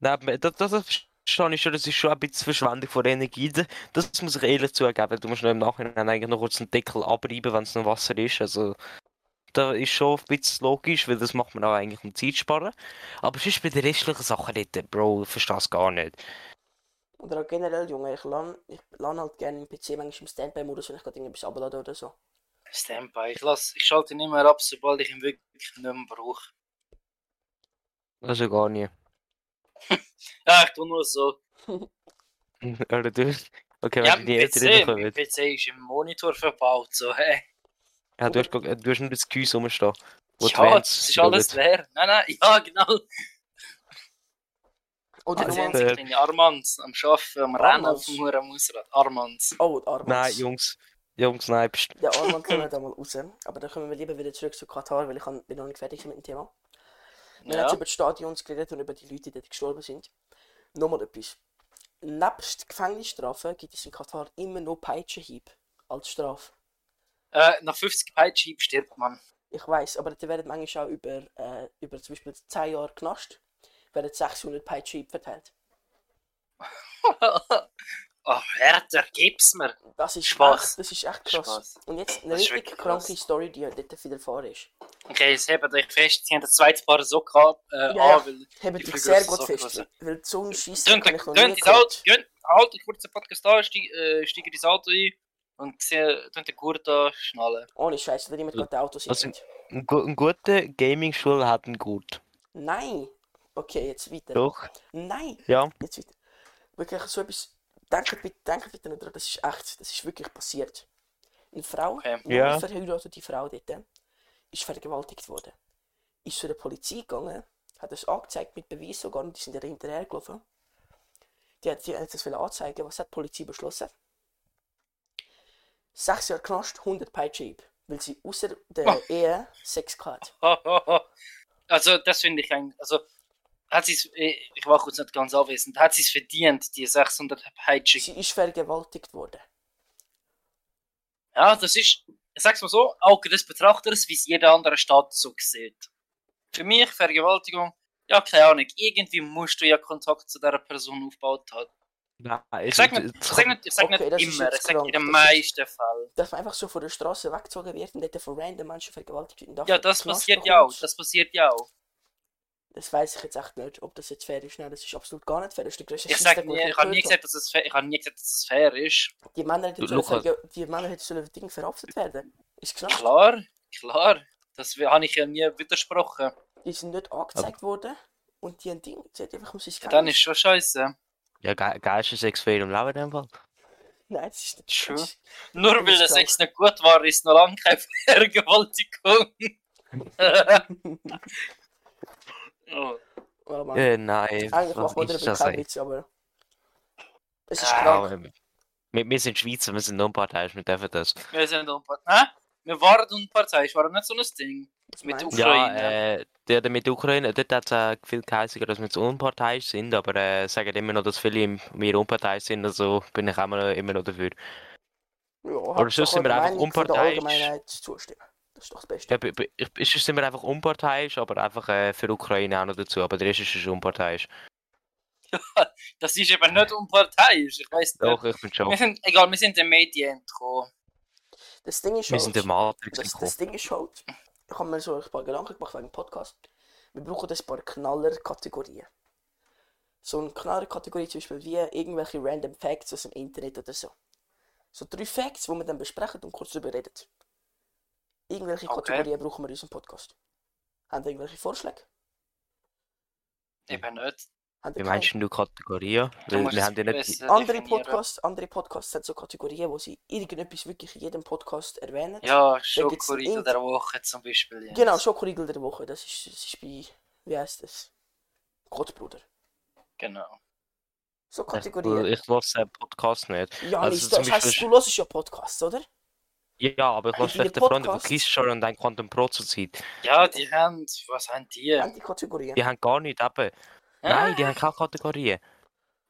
Nein, aber das, das verstehe ich schon, das ist schon ein bisschen Verschwendung von Energie. D- Das muss ich ehrlich zugeben. Du musst noch im Nachhinein eigentlich noch kurz den Deckel abreiben, wenn es noch Wasser ist. Also, das ist schon ein bisschen logisch, weil das macht man auch eigentlich um Zeit zu sparen. Aber sonst bei den restlichen Sachen nicht, Bro, ich verstehe es gar nicht. Oder auch generell, Junge, ich lerne ich lerne halt gerne im PC manchmal im Standby-Modus, wenn ich gerade irgendwas abladen oder so. Standby. Ich, lass, ich schalte ihn nicht mehr ab, sobald ich ihn wirklich nicht mehr brauche. Also gar nicht. Ja, ich tue nur so. Oder du? Okay, Ja, wenn mein die PC, Eltern mein kommen. PC ist im Monitor verbaut. So, hä? Ja, du hast, gar- du hast nur das Gehäuse rumstehen. wo die Ja, Fans es ist alles schauen. leer. Nein, nein, ja, genau. Oder also, Also, haben Roman. sie Äh, kleine Armands am Schaffen, am Rennen, Armands. auf dem Huren Ausrad. Armands. Oh, der Armand. Nein, Jungs. Jungs, nein, bist Der Armand kommt da mal raus. Aber dann kommen wir lieber wieder zurück zu Katar, weil ich kann- bin noch nicht fertig mit dem Thema. Wir haben Ja. jetzt über die Stadions geredet und über die Leute, die dort gestorben sind. Nochmal etwas. Nebst Gefängnisstrafen gibt es in Katar immer noch Peitschenhieb als Strafe. Äh, nach 50 Peitschen stirbt man. Ich weiß, aber die werden manchmal auch über, äh, über zum Beispiel 10 Jahre Knast, werden 600 Peitschenhieb verteilt. oh, Herder, gib's mir. Das ist, Spaß. Echt, das ist echt krass. Spaß. Und jetzt eine Das ist richtig wirklich kranke krass. Story, die dort widerfahren ist. Okay, es hebt euch fest, sie haben das zweite Paar Socken an, äh, Ja, ja. an, weil... Haben Die dich Flügel sehr sind gut so fest. krass. Weil so ein Scheiß Gönnt, kann ich noch nie gönnt ins Auto, gehört. gönnt, halt einen kurzen Podcast an, steig, äh, steig ins Auto ein und sie tun den Gurt an, schnallen. Ohne Scheiß, weil jemand gerade Autos Also- sind. Ein, gu ein guter Gaming-Schule hat einen gut. Nein! Okay, jetzt weiter. Doch, Nein! ja. Jetzt weiter. Wirklich so etwas. Denkt bitte, denkt bitte nicht dran, das ist echt. Das ist wirklich passiert. Eine Frau, Okay. eine Ja. verheiratete Frau dort, ist vergewaltigt worden. Ist zu der Polizei gegangen, hat das angezeigt mit Beweis sogar und die sind ihr hinterher gelaufen. Die hat, die hat das wollen anzeigen. Was hat die Polizei beschlossen? Sechs Jahre Knast, 100 Peitschenhieb. Weil sie außer der Ehe Sex hat. Ho, ho, ho. Also, das finde ich eigentlich... Also, hat sie's, ich ich war kurz nicht ganz anwesend, hat sie es verdient, die 600 Peitschen? Sie ist vergewaltigt worden. Ja, das ist, ich sag's mal so, Auge des Betrachters, wie es jeder andere Staat so sieht. Für mich Vergewaltigung, ja, keine Ahnung, irgendwie musst du ja Kontakt zu dieser Person aufgebaut haben. Nein, Ich es- sag nicht, ich es- sag nicht, ich sag Okay, nicht das ist immer, jetzt ich sag in krank, den das ist- meisten Fällen. dass man einfach so von der Straße weggezogen wird und dort von random Menschen vergewaltigt wird. und Ja, dafür das Knast passiert bekommt. ja auch, das passiert ja auch. Das weiß ich jetzt echt nicht, ob das jetzt fair ist. Nein, das ist absolut gar nicht fair. Das ist der größte Ich Scheiss, sag den nie, ich je habe nie gehört gesagt, dass es fair, ich habe nie gesagt, dass es fair ist. habe. Die Männer hätten sollen, Lukas. verge- die Männer hätten sollen Ding verhaftet werden. Ist klar. Klar, klar, das habe ich ja nie widersprochen. Die sind nicht angezeigt worden und die haben Ding. Sie hat einfach um muss ins Ja, dann Gefängnis. ist schon scheiße. Ja, Ge Geistersex-Fail im Leben in dem Fall. Nein, das ist nicht True. das ist- Nur Du weil bist der krank. Sex nicht gut war, ist noch lange keine Vergewaltigung. oh. Oh, Mann. Äh, nein. was Eigentlich macht man ist darüber das keinen eigentlich? Witz, aber. Es ist Ah, krank. Ja, wir, wir sind Schweizer, wir sind nur parteiisch, wir dürfen das. Wir sind unparteiisch. Wir waren unparteiisch, war nicht so ein Ding. Was mit meinst Auf- du? Ja, Ukraine. äh, der, der mit der Ukraine, dort hat es äh, viel geheißen, dass wir jetzt unparteiisch sind, aber äh, sagen immer noch, dass viele im- wir unparteiisch sind, also bin ich auch immer, immer noch dafür. Ja, Hauptsache sind wir der einfach Meinung von der unparteiisch. Allgemeinheit zustimmen. Das ist doch das Beste. Ja, bei- bei- ich, ich, sind wir einfach unparteiisch, aber einfach äh, für Ukraine auch noch dazu, aber der Rest ist schon unparteiisch. Das ist eben nicht unparteiisch, ich weiß nicht. Doch, ich bin schon. Wir sind, egal, wir sind den Medien entkommen. Das Ding ist Wir sind der halt- Matrix Das, entkommen. das Ding ist halt, ich habe mir so ein paar Gedanken gemacht wegen dem Podcast. Wir brauchen ein paar Knaller-Kategorien. So eine Knaller-Kategorie zum Beispiel wie irgendwelche random Facts aus dem Internet oder so. So drei Facts, die wir dann besprechen und kurz darüber reden. Irgendwelche Okay. Kategorien brauchen wir in unserem Podcast. Haben irgendwelche Vorschläge? Eben nicht. Habt Wie ihr meinst du nur Kategorien? Du Weil musst wir es haben ja nicht. besser keine? andere definieren. Podcasts, andere Podcasts haben so Kategorien, wo sie irgendetwas wirklich in jedem Podcast erwähnen. Ja, gibt's ein Schokoriegel Intro. der Woche zum Beispiel. Jens. Genau, Schokoriegel der Woche. Das ist, das ist bei, wie heißt das? Gottbruder. Genau. So Kategorien. äh, Ich lasse den Podcast nicht. Ja, Also nicht, zum das heißt, Beispiel- du hörst ja Podcasts, oder? Ja, aber ich Haben lasse die den schlechte Freunde von Podcast? Kiss schon und dann Quantum Pro zur Zeit. Ja, die haben. Was haben die? Ja. Die Kategorien. Ah. Die haben gar nicht eben. Nein, die haben keine Kategorien.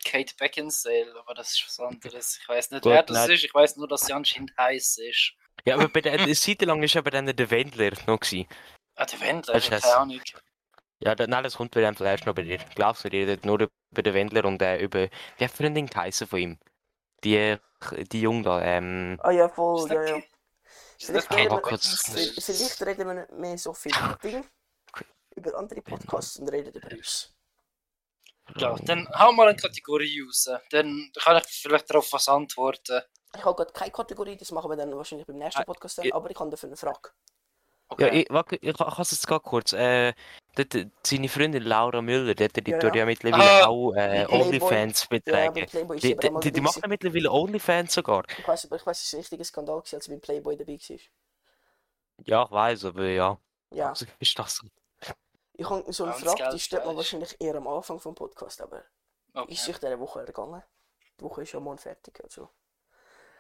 Kate Beckinsale, aber das ist was anderes. Ich weiß nicht, Gut, wer das nein. ist. Ich weiß nur, dass sie anscheinend heiß ist. Ja, aber bei der, eine Seite lang war aber dann der Wendler noch. Gewesen. Ah, der Wendler, Das ist keine heiss. Ahnung. Ja, da- nein, das kommt bei dem vielleicht noch bei dir. Glaubst du, ihr redet nur über den Wendler und äh, über. Wie hat Freundin geheißen von ihm? Die, die Junge da, ähm. Ah ja, voll, Ist das ja, ja. Kate- Ist das Vielleicht Kate reden wir kurz- Beckinsale? Vi- Vielleicht reden wir nicht mehr so viel über Ding, über andere Podcasts und reden über uns. Ja, Genau, Hm. dann hau mal eine Kategorie raus. Dann kann ich vielleicht darauf was antworten. Ich habe gerade keine Kategorie, das machen wir dann wahrscheinlich beim nächsten Ah, Podcast, ich- aber ich habe dafür eine Frage. Ja, Okay. ich, warte, ich kann es jetzt gerade kurz. Äh, dort, äh, seine Freundin Laura Müller, dort, die Ja, tut ja. ja mittlerweile Ah, auch äh, Playboy. OnlyFans Ja, bei betreiben. Playboy ist Die, sie aber die, einmal die, die dabei machen gewesen. mittlerweile OnlyFans sogar. Ich weiß, aber ich weiß, es war ein richtiger Skandal, gewesen, als sie beim Playboy dabei war. Ja, ich weiß, aber ja. Ja, So Ist das so? ich habe so eine Ganz Frage, die ganz stellt man falsch. wahrscheinlich eher am Anfang vom Podcast, aber ist okay. sich diese Woche ergangen? Die Woche ist ja morgen fertig, also.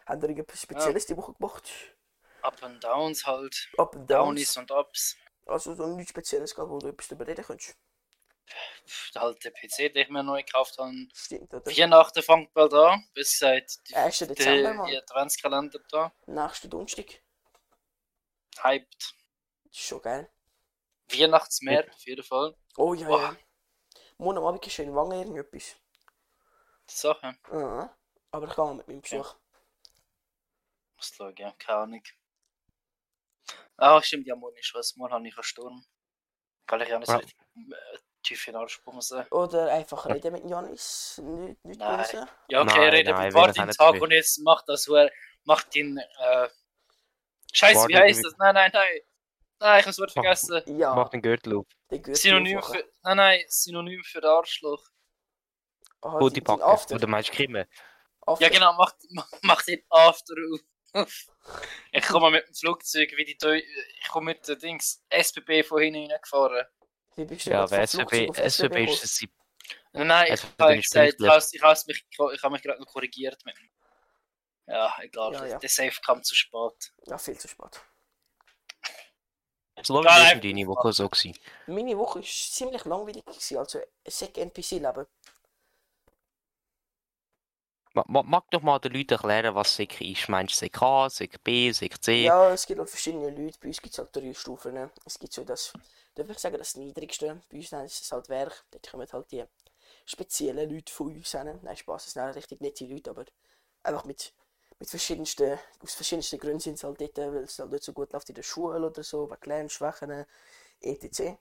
Habt ihr irgendwas Spezielles die Woche gemacht? Up and Downs halt. Up and Downies Downs? und Ups. Also so nichts Spezielles, gell, wo du etwas darüber reden könntest. Pff, Halt der PC, den ich mir neu gekauft habe. Stimmt, oder? Weihnachten fängt bald an. Bis seit der 1. Dezember, Mann. Adventskalender da. Nächsten Donnerstag. Hyped. Das ist schon geil. Weihnachtsmärkte auf jeden Fall. Oh ja, Boah. ja. Morgen am Abend ist schön wange irgendetwas. Die Sache. Mhm. Aber ich gehe mal mit meinem Ja. Besuch. Muss schauen, ja. keine Ahnung. Ah, stimmt, ja, morgen ist was. Morgen habe ich einen Sturm. Kann ich ja nicht so Ja. richtig äh, tief in den Arsch bumsen. Oder einfach reden mit Janis. Nicht, nicht Nein. böse. Ja, okay, Nein, reden nein, mit wir Martin haben nicht Tag viel. und jetzt macht das, wo er macht den, äh, Scheiße, wie Martin, heißt wie- das? Nein, nein, nein. Nein, ich habe das Wort vergessen. Ja, Mach den Gürtel auf. der gehört Synonym für. Nein, nein, Synonym für Arschloch. Aha, Gute den- den Packen. Oh, After. Oder meinst du Kimme? After. Ja, genau, macht mach den After auf. Ich komme mit dem Flugzeug, wie die Deu Ich komme mit den Dings SBB von hinten reingefahren. Wie bist du Ja, gerade aber vom SVB, Flugzeug auf SVB gekommen? ist das sie. Nein, nein, ich Also, du habe bist gesagt, ich pünktlich. habe ich hab's mich, ich hab mich gerade noch korrigiert mit dem. Ja, egal, Ja, ja. der Safe kam zu spät. Ja, viel zu spät. So lange Nein, ist nein. deine Woche so gewesen. Meine Woche war ziemlich langweilig, gewesen, also Sec-NPC-Leben. Ma- ma- Mag doch mal den Leuten erklären, was Sick ist. Meinst du Sick A, Sick B, Sick C? Ja, es gibt halt verschiedene Leute. Bei uns gibt es halt drei Stufen. ne? Es gibt so das, darf ich sagen, das Niedrigste. Bei uns nennen sie es halt Werk. Dort kommen halt die speziellen Leute von uns hin. Nein, Spaß, es sind auch richtig nette Leute, aber einfach mit, mit verschiedensten, aus verschiedensten Gründen sind sie halt dort, weil es halt nicht so gut läuft in der Schule oder so, wegen Lernschwächen, etc.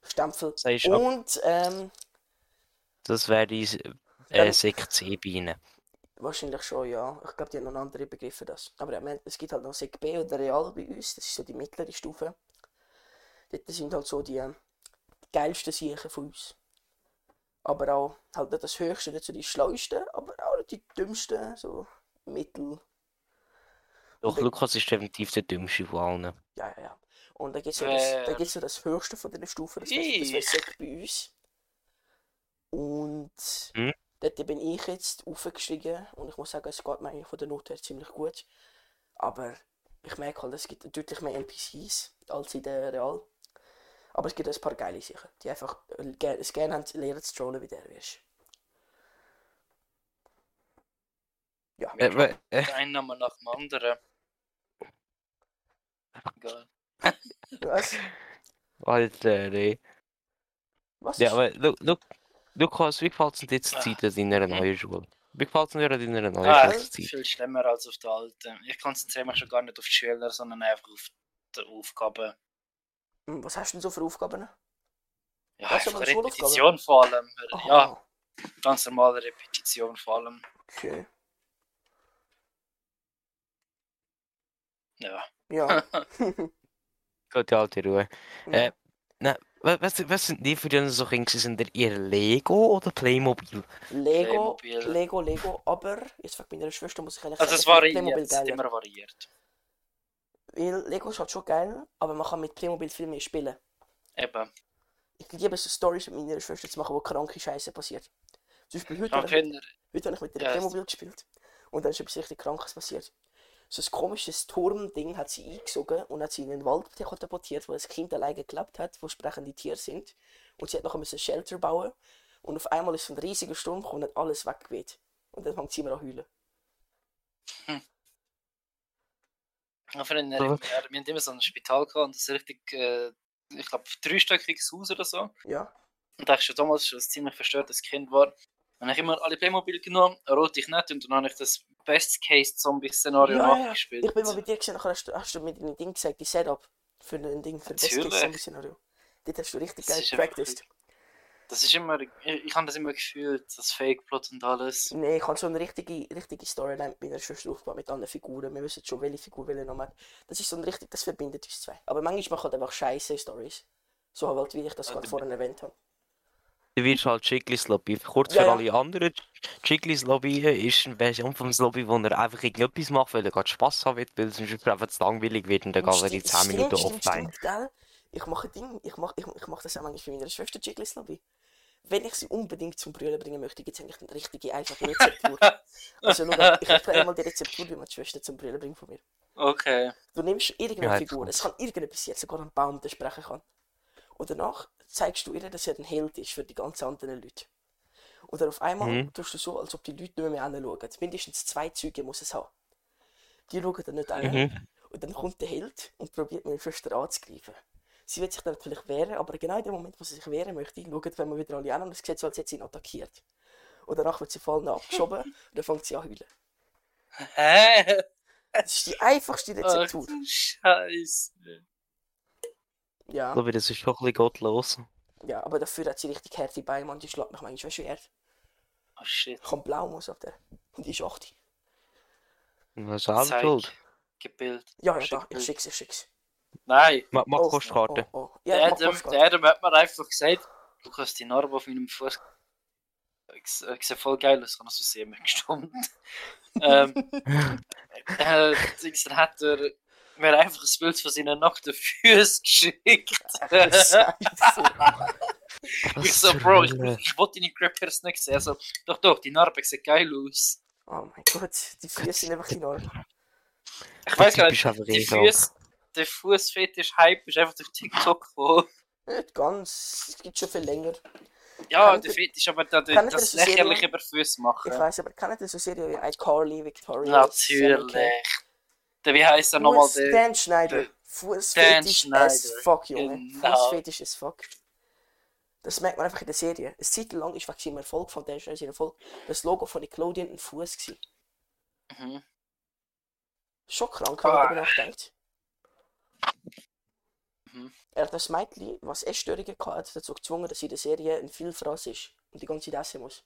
Stempel. Sagst du, Und, ähm, das wäre die äh, Dann- Sick C-Biene. Wahrscheinlich schon, ja. Ich glaube, die haben noch andere Begriffe für das. Aber ja, man- es gibt halt noch Sek B oder Real bei uns. Das ist so die mittlere Stufe. Dort sind halt so die, ähm, die geilsten Siechen von uns. Aber auch halt nicht das höchste, nicht so die schlauesten, aber auch nicht die dümmsten. So Mittel. Doch, Dann- Lukas ist definitiv der dümmste von allen. Ja, ja, ja. Und dann gibt es so, das- Wer? Äh. dann gibt's so das höchste von den Stufen. Das wäre das wär Ich. Sek bei uns. Und Hm? dort bin ich jetzt aufgestiegen. Und ich muss sagen, es geht mir eigentlich von der Not her ziemlich gut. Aber ich merke halt, es gibt deutlich mehr NPCs als in der Real. Aber es gibt ein paar geile sicher, die einfach äh, ger- es gerne haben, lernen zu trollen, wie der wirst. Ja. Äh, we- äh, Ein Name nach dem anderen. Egal. Was? Alter, ey. Was? Ja, ist- aber Lu- Lu- Lukas, wie gefällt es dir jetzt Ah. Zeit an deiner neuen Schule? Wie gefällt es dir an deiner neuen Ah, Schule das ist Zeit? viel schlimmer als auf der alten. Ich konzentriere mich schon gar nicht auf die Schüler, sondern einfach auf die Aufgaben. Hm, Was hast du denn so für Aufgaben? Ja, Hast du einfach mal eine Schulaufgabe? Repetition vor allem. Aha, Ja, ganz normale Repetition vor allem. Okay. Ja. Ja. Gute alte Ruhe. Äh, ja. Was, was, was sind die für die so Kinder? Sind ihr eher Lego oder Playmobil? Lego, Playmobil. Lego, Lego, aber jetzt wegen meiner Schwester muss ich ehrlich Also es ich finde variiert, Playmobil es ist geiler. immer variiert. Weil Lego ist halt schon geil, aber man kann mit Playmobil viel mehr spielen. Eben. Ich liebe so Stories mit meiner Schwester zu machen, wo kranke Scheiße passiert. Zum Beispiel heute, Man habe ich, kann heute habe ich mit der Ja, es- Playmobil gespielt und dann ist etwas richtig Krankes passiert. So ein komisches Turmding hat sie eingesogen und hat sie in den Wald katapultiert, wo das Kind alleine gelebt hat, wo sprechende Tiere sind. Und sie hat nachher müssen ein Shelter bauen. und auf einmal ist so ein riesiger Sturm gekommen und hat alles weggeweht. Und dann fängt sie immer an zu heulen. Ja, für einen, wir hatten immer so ein Spital gehabt und das richtig, äh, ich glaube, dreistöckiges Haus oder so. Ja. Und da war schon damals schon ein ziemlich verstörtes Kind war. Dann habe ich immer alle Playmobil genommen, eine rote ich nicht und dann habe ich das Best-Case-Zombie-Szenario Ja, ja, ja. nachgespielt. Ich bin mal bei dir gesehen, nachher hast du, hast du mit deinem Ding gesagt, die Setup für ein Ding, für das Natürlich. Szenario. Dort hast du richtig Das geil ist einfach practiced. Das ist immer, ich, ich habe das immer gefühlt, das Fake-Plot und alles. Nee, ich habe schon eine richtige, richtige Storyline mit einer Schwester aufgebaut, mit anderen Figuren. Wir wissen schon, welche Figur welche noch hat. Das ist so ein richtig, das verbindet uns zwei. Aber manchmal macht halt einfach scheiße Stories. So halt, wie ich das gerade vorhin erwähnt habe. Du wirst halt Chiclis Lobby. Kurz Ja, für ja. alle anderen, Chiclis Lobby eh, ist eine Version vom Lobby, wo er einfach irgendetwas macht, weil er gerade Spass haben will, weil sonst einfach zu langweilig wird und dann geht er die 10 Minuten offline. Stimmt, gell? Ich mache Ding, ich mache, ich, ich mache das auch manchmal für meine Schwester Chicklist Lobby. Wenn ich sie unbedingt zum Brüllen bringen möchte, gibt es eigentlich eine richtige, einfache Rezeptur. also schau, ich erkläre dir mal die Rezeptur, wie man die Schwester zum Brüllen bringt von mir. Okay. Du nimmst irgendeine Ja, jetzt Figur, kommt's. es kann irgendetwas sein, sogar ein Baum, der sprechen kann. Und danach zeigst du ihr, dass er ein Held ist für die ganzen anderen Leute. Und dann auf einmal Mhm. tust du so, als ob die Leute nicht mehr hinschauen. Mindestens zwei Züge muss es haben. Die schauen dann nicht an. Mhm. Und dann kommt der Held und probiert meine Schwester anzugreifen. Sie wird sich dann natürlich wehren, aber genau in dem Moment, wo sie sich wehren möchte, schaut wenn man wieder alle an und es sieht so, als hätte sie ihn attackiert. Und danach wird sie fallen abgeschoben und dann fängt sie an zu heulen. Hä? Das ist die einfachste Ach, Rezeptur. Ah. du Scheiße. Ich Ja. glaube, das ist schon ein bisschen gottlos. Ja, aber dafür hat sie richtig harte Beine, man. Die schlägt mich manchmal schwer. Oh shit. Ich habe blau muss auf der. Und die ist 8. Das ist auch Zeig. schuld. Gebild. Ja, ja, Schick da. Ich Bild. schick's, ich schick's. Nein. Ma- Mach Oh, Kostkarte. Oh, oh. der, Ja, mach Adam, Postkarte. der Adam hat mir einfach gesagt, du kannst die Narbe auf meinem Fuß. Ich se- ich sehe voll geil aus, kann das so sehen, gestummt. ähm, äh, Dings, dann hat er mir einfach ein Bild von seinen nackten Füßen geschickt. Scheiße. Was oh. ich so, zur Bro, ich, Hölle? ich wollte deine Crappers nicht sehen. Also, doch, doch, die Narbe sieht geil aus. Oh mein Gott, die Füße sind einfach enorm. Ich Der weiß gar Typ nicht, ist einfach die eh Füße, der Fußfetisch-Hype ist einfach durch TikTok gekommen. Nicht ganz. Es gibt schon viel länger. Ja, Kann der ich- Fetisch, aber der, der, kann ich das das sehen? lächerlich über Füße machen. Ich weiß, aber kann nicht so Serie wie iCarly, Victoria? Sammy Natürlich. Der, wie heißt er Kay. nochmal? Fuß- Der, Dan Schneider. der- Fußfetisch Dan as Schneider. fuck, Junge. Genau. Fußfetisch as fuck. Das merkt man einfach in der Serie. Eine Zeit lang ist wegen seinem Erfolg von Dan Schneider, seinem Erfolg, das Logo von Nickelodeon ein Fuß gewesen. Mhm. Schon krank, wenn man Ah. darüber nachdenkt. Mhm. Er hat das Mädchen, was Essstörungen hatte, hat dazu gezwungen, dass sie in der Serie ein Vielfraß ist und die ganze Zeit essen muss.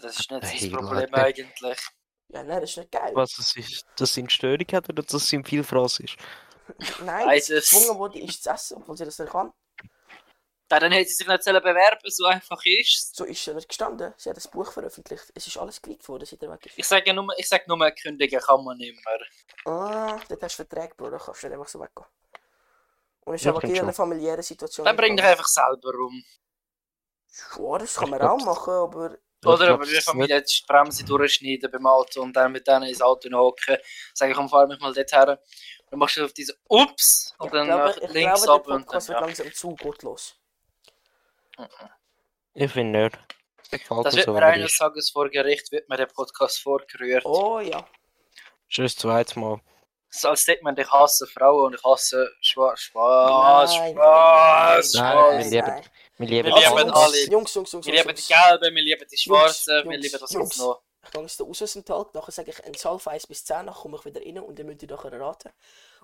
das ist nicht Hey, sein Leute. Problem eigentlich. Ja, nein, das ist nicht geil. Was das ist? Dass sie in Störung hat oder dass sie in viel Fraß ist? Nein, dass sie Beides. gezwungen wurde, ist zu essen, obwohl sie das nicht kann. Ja, dann hätte sie sich nicht selber bewerben, so einfach ist So ist sie nicht gestanden. Sie hat das Buch veröffentlicht. Es ist alles geleakt worden, seit er weg ist. Ich sage ja nur, ich sage nur, kündigen kann man nicht mehr. Ah, dort hast du Verträge, Bruder. Kannst du nicht einfach so weggehen. Und es ist Ja, aber in stimmt einer familiären Situation. Dann bring dich gegangen. einfach selber um. Ja, das kann man Ich auch glaub- machen, aber... Oder aber aber wir Familie die Bremse durchschneiden beim Auto und dann mit denen ins Auto hocken. Sag ich, komm, fahr mich mal dort her. Dann machst du auf diese Ups und Ich dann glaube, nach ich eh, links glaube, ab der und dann. Podcast wird Ja. langsam zu gottlos. Ich finde nicht. Gefällt Das mir wird so, mir wie er eines ist. Tages vor Gericht, wird mir der Podcast vorgerührt. Oh ja. Tschüss, zweites Mal. So als sagt man, ich hasse Frauen und ich hasse Schwarz. Spaß, Nein, Spaß, nein, Spaß. nein, wir lieben- Wir lieben Wir dich. lieben Jungs, alle. Jungs, Jungs, Jungs, Wir Jungs, lieben die Jungs. Gelben, wir lieben die Schwarzen, Jungs, wir lieben das Jungs. Ganze noch. Ich gehe jetzt da raus aus dem Tal, nachher sage ich, entzahl von 1 bis 10, dann komme ich wieder rein und dann müsst ihr nachher raten.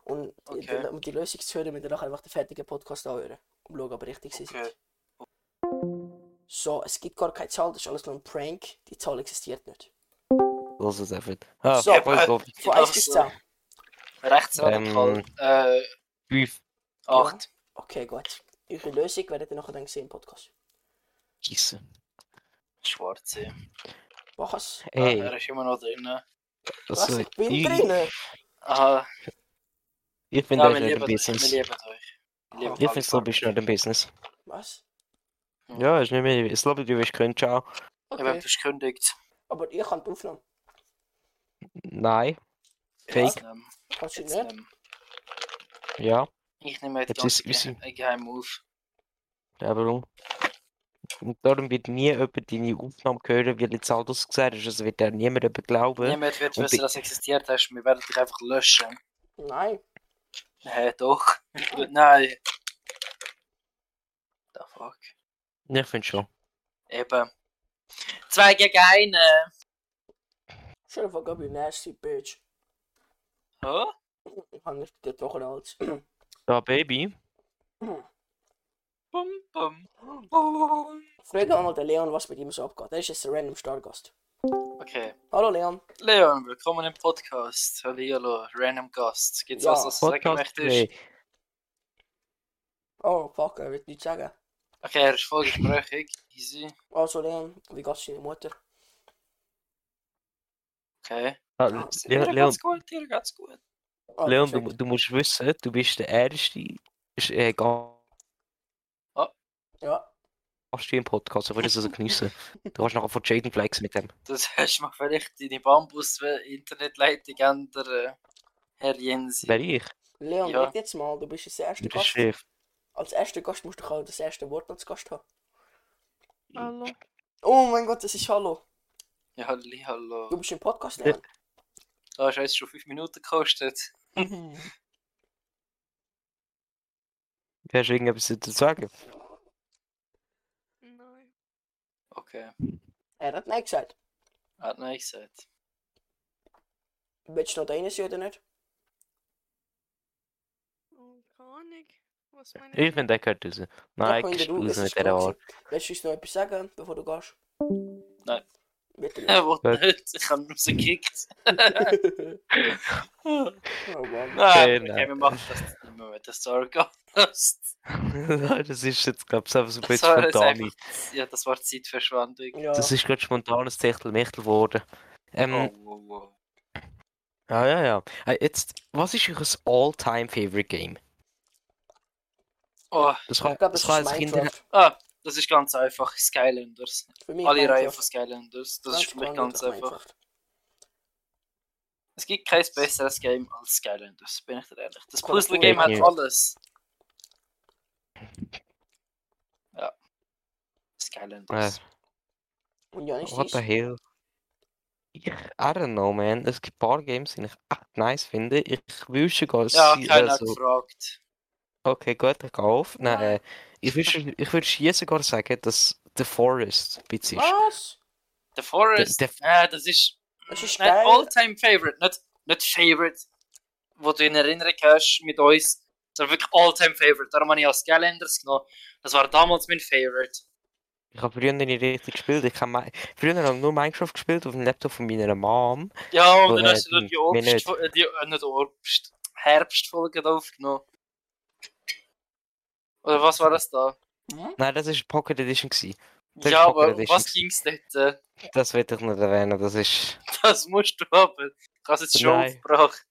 Und Okay. dann- um die Lösung zu hören, müsst ihr nachher einfach den fertigen Podcast anhören. Um zu schauen, ob ihr richtig okay. Okay. sind. So, es gibt gar keine Zahl, das ist alles nur ein Prank. Die Zahl existiert nicht. Los es einfach. Ah, So, äh, voll gut. Von 1 bis 10. Ähm, Rechtsradikal. Äh, Fünf. 8. Okay, gut. Eure Lösung werdet ihr nachher dann sehen im Podcast. Scheisse. Schwarze. Was? Hey. Hey, er ist immer noch drin. das Was? ist Ich bin drin! Aha, Ich bin ja, ja, wir nicht im lieben euch. Wir Business. lieben euch. Wir lieben Mhm. Ich alle finde, Slobby ist Farben. nicht im Business. Was? Ja, ist nicht mehr. Slobby, du bist können, ciao. Ich bin verkündigt. Aber ihr könnt aufnehmen. Nein. Jetzt Fake. nehm- Kannst du jetzt nicht? nehm. Ja. Ich nehme jetzt Jetzt ist ganz es easy. geheim auf. Eben Und darum wird nie jemand deine Aufnahme hören, wie jetzt all das gesagt hast. Es wird dir niemand jemand glauben. Niemand wird Und wissen, bi- dass du existiert hast. Wir werden dich einfach löschen. Nein. Nein, doch. Nein. The fuck. Ich finde schon. Eben. Zwei gegen einen. Shut the fuck up, you nasty bitch. Oh? Ich hang nicht dir doch als. Ja, Baby. Bum, bum. Bum. Frage einmal den Leon, was mit ihm so abgeht. Er ist jetzt ein random Stargast. Okay. Hallo Leon. Leon, willkommen im Podcast. Hallihallo, random Gast. Gibt's Ja. was, was du sagen möchtest? Play. Oh fuck, er wird nichts sagen. Okay, er ist voll gesprächig. Easy. Also Leon, wie geht's deiner Mutter? Okay. Ah, Dir Le- Leon, geht's gut, dir geht's gut. Ah, Leon check. du, du musst wissen, du bist der erste ist, äh, Gast Ja. hier im Podcast. Ich würde es also geniessen. Du kannst nachher von Jaden Flex mit dem. Das hast du mal vielleicht deine eh, Bambus-Internetleitung ändern, Herr Jensi. Wer ich? Leon, Ja. red jetzt mal, du bist jetzt der erste Du bist Gast. Chef. Als erster Gast musst du auch das erste Wort als Gast haben. Hallo. Oh mein Gott, das ist Hallo. Ja, hallihallo. Du bist im Podcast, Ja. Leon. Da hast du jetzt schon 5 Minuten gekostet. Hast du irgendetwas dazu zu sagen? Nein. Okay, Er hat Nein gesagt. er hat nein gesagt. Willst du noch da rein sein oder nicht? Und keine Ahnung. Was meine Ich finde, der gehört raus. Nein, komm, ich du, es raus ist mit dieser gut Art. Willst du uns noch etwas sagen, bevor du gehst? Nein. Bitte Er will Gut. nicht, ich habe ihn rausgekickt. nicht. oh Mann. Nein, Genau. okay, wir machen das nicht mehr mit der Stargast. das ist jetzt, glaube ich, einfach so ein Das bisschen war jetzt spontan. einfach, ja, das war Zeitverschwendung. Ja. Das ist gerade spontan ein Techtelmechtel geworden. Ähm, Oh, wow, wow. Ja, ja, ja. Äh, Jetzt, was ist euer All-Time-Favorite Game? Oh, Das kann, ich glaube, das das, kann ist als Kind in- Minecraft. ah, das ist ganz einfach. Skylanders. Für mich Alle Minecraft. Reihen von Skylanders. Das ist für mich klar, ganz einfach. Minecraft. Es gibt kein besseres Game als Skylanders, bin ich dir ehrlich. Das Kann ich Puzzle-Game hat vorstellen. alles. Ja. Skylanders. Und ja, nicht What the dies. hell? Ich, I don't know, man. Es gibt ein paar Games, die ich echt nice finde. Ich wünsche gar Ja, sie- keiner hat also- gefragt. Okay, gut, ich gehe auf. Nein, Nein. äh, ich würde ich würd hier sogar sagen, dass The Forest ein bisschen ist. Was? The Forest, Der- äh, das ist Es ist mein geil. all-time favorite. Nicht, nicht favorite, wo du in Erinnerung hast mit uns, sondern wirklich all-time favorite. Darum habe ich auch Skylanders genommen. Das war damals mein favorite. Ich habe früher nicht richtig gespielt. Ich habe früher habe ich nur Minecraft gespielt auf dem Laptop von meiner Mom. Ja, und dann Äh, hast du die- die mir Obst, nicht. äh, die, äh, nicht Obst, Herbstfolge aufgenommen. Oder was war das da? Nein, das war Pocket Edition. Gewesen. Das ist ja, aber Poker Edition was gewesen. ging's dort? äh? Das will ich nicht erwähnen. Das ist. Das musst du aber. Ich habe jetzt schon Nein. aufgebracht.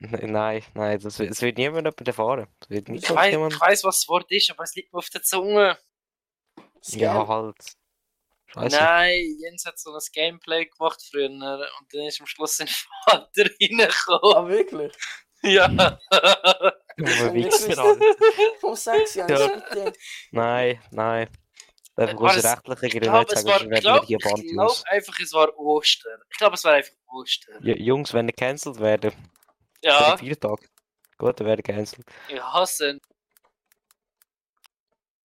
N- Nein, nein, das wird, es wird niemand jemand erfahren. Es wird Ich nicht weiß, jemand. ich weiss, was das Wort ist, aber es liegt mir auf der Zunge. Scam. Ja, halt. Scheiße. Nein, Jens hat so ein Gameplay gemacht früher ne? und dann ist am Schluss sein Vater reingekommen. Ah, wirklich? Ja. Dummer Nein, das Wichser, ist- Alter. Vom Sex, ja. Ja. bitte. Nein, nein. Einfach war aus Äh, es- rechtlichen Ich Gründen glaube, nicht es sagen, sonst war, ich werden wir glaube hier Band glaub los. einfach, es war Ostern. Ich glaube, es war einfach Ostern. J- Jungs, wenn ihr gecancelt werden, Ja, für den Viertag. Gut, dann werden gecancelt. ich hasse ihn.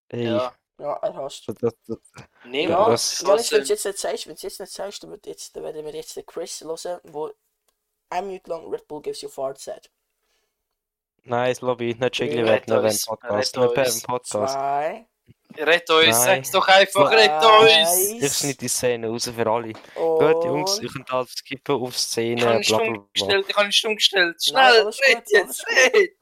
Ey, Ja. Ja, er hasst. das, das, das. Ja, Ja, Niemals. das- Ich Jonas, hasse wenn du ihn. jetzt nicht sagst, wenn du jetzt nicht sagst, dann, wird jetzt, dann werden wir jetzt den Chris hören, wo eine Minute lang Red Bull gives you fart sagt. Nein, das Lobby, nicht Jiggly Rett weg, nicht uns, beim Podcast. rett Nicht beim uns. Podcast. Zwei. Rett uns, Nein. sag's doch einfach, rett uns! Ich schneide die Szene raus für alle. Gut, Jungs, ihr Und... könnt alles skippen auf Ich Szene, habe bla stumm bla bla. gestellt, ich habe stumm gestellt. Nein, Schnell, alles gut, red jetzt, alles red!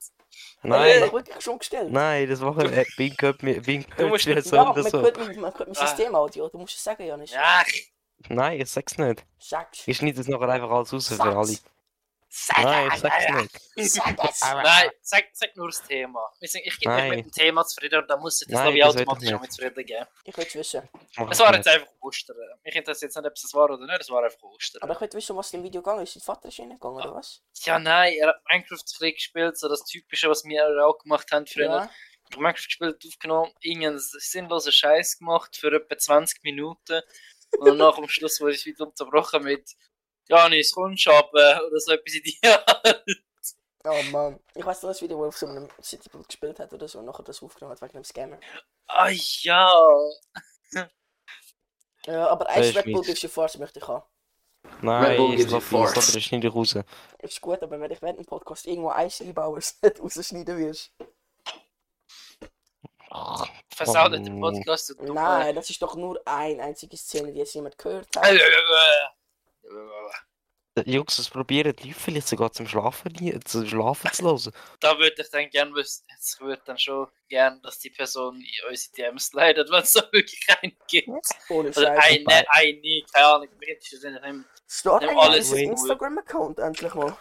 Nein. Nein, Ich wirklich schon gestellt. nein, das machen wir. Bing gehört mir, Bing Äh. Du musst- gehört mir so Ja, man oder so. könnte mein, man könnte mein Ah. Systemaudio, du musst es sagen, Janis. Ach, Nein, ich sag's nicht. Sag's. Ich schneide es nachher einfach alles raus für alle. Sag's. Nein, ich sag sag's nicht. Sag es. Nein, sag, sag nur das Thema. Wir sind- Ich gebe mich Nein. mit dem Thema zufrieden, und dann muss ich das Nein, Lobby das will ich automatisch nicht. auch mit zufrieden geben. Ich will wissen. Mach Es ich war nicht. jetzt einfach Ostern. Mich interessiert jetzt nicht, ob es das war oder nicht, es war einfach Ostern. Aber ich will wissen, was im Video gegangen ist. Dein Vater ist reingegangen, oder was? Ja, nein, er hat Minecraft frei gespielt, so das Typische, was wir alle auch gemacht haben früher. Ja. ich Minecraft gespielt, aufgenommen, irgendeinen sinnlosen Scheiß gemacht für etwa 20 Minuten. Und danach am Schluss wurde ich wieder unterbrochen mit Janis, kommst du ab? äh, Oder so etwas in die Art. Oh Mann. Ich weiß noch das Video, eh, wo er auf so einem Cityboot gespielt hat oder so und nachher das aufgenommen hat wegen einem Scammer. Ah ja! Ja, aber Das eins ist Red Bull mies. Gives You Force möchte ich haben. Nein, Bull ich gives you glaube, das force. ist nicht raus. Ist gut, aber wenn ich während dem Podcast irgendwo eins einbaue, es nicht rausschneiden wirst. Ach, Versaut hat den Podcast. du Nein, das ist doch nur eine einzige Szene, die jetzt niemand gehört Äh, äh, hat. äh, äh. Jungs, das probieren die Leute vielleicht sogar zum Schlafen, nie- zum Schlafen zu hören. Da würde ich dann gerne wissen. Ich würde dann schon gerne, dass die Person in unsere DMs leidet, wenn es da wirklich einen gibt. Ohne Also Scheiß. eine, eine, keine Ahnung. Mir ist das nicht im- Start Ja, eigentlich alles unser gut. Instagram-Account endlich mal.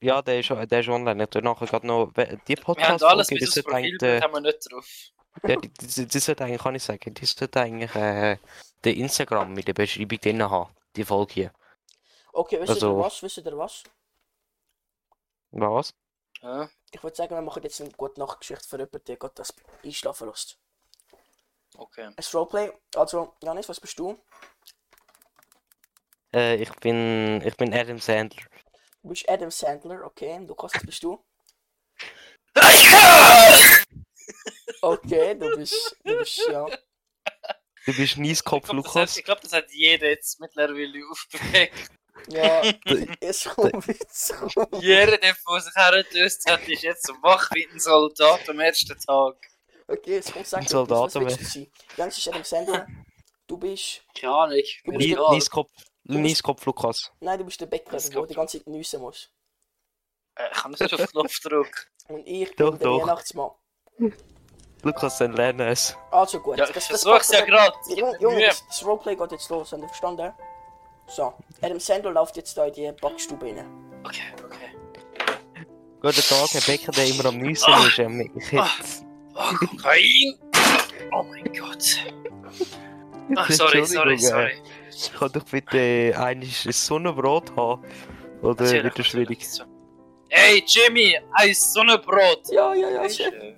Ja, der ist, der ist online. Ich tue nachher gerade noch we- die Wir haben podcast alles die bis aufs sollte eigentlich, Profilbild, äh, haben wir nicht drauf. ja, die, die, die sollte eigentlich, kann ich sagen, die sollte eigentlich äh, den Instagram mit der Beschreibung drin haben. Die Folge hier. Okay, wisst ihr Also- was? Wisst ihr was? Was? Ja. Ich würde sagen, wir machen jetzt eine gute Nachtgeschichte für jemanden, der gerade das Einschlafen lässt. Okay. Ein Roleplay. Also, Janis, was bist du? Äh, ich bin, ich bin Adam Sandler. Du bist Adam Sandler, okay. Lukas, was bist du? Okay, du bist. Du bist, ja. Du bist Ich Nieskopf, glaube, das, hat- Lukas. ich glaub, das hat jeder jetzt mittlerweile aufgeweckt. Ja, es kommt jetzt. jeder, der von sich her gedöst hat, ist jetzt wach wie ein Soldat am ersten Tag. Okay, es kommt sagen, Ein Lukas, was Soldat, willst du sein? Janis ist Adam Sandler. Du bist. Keine Ahnung. Du mir bist Nie- egal. Nieskopf, Nieskopf, Lukas. Nein, du bist der Bäcker, Es der kommt- die ganze Zeit nüssen muss. Äh, Ich kann nicht auf Knopfdruck. Und ich Doch, bin der doch. Weihnachtsmann. Lukas, dann lerne es. Also gut. Ja, ich versuch's ja gerade. Ich Junge, hab Junge Mühe. das, das Roleplay geht jetzt los, habt ihr verstanden? So, Adam Sandler läuft jetzt da in die Backstube rein. Okay, okay. Guten Tag, Herr Becker, der immer am Nüssen Ah. ist. Ähm, ich hätte... Oh, Kokain! Oh mein Gott. Ach, Ah, sorry, Entschuldigung, sorry, äh, sorry. Kann doch bitte ein Sonnenbrot haben? Oder Natürlich, wird das schwierig? natürlich. Hey Jimmy, ein Sonnenbrot! Ja, ja, ja, Ich, Chef. äh,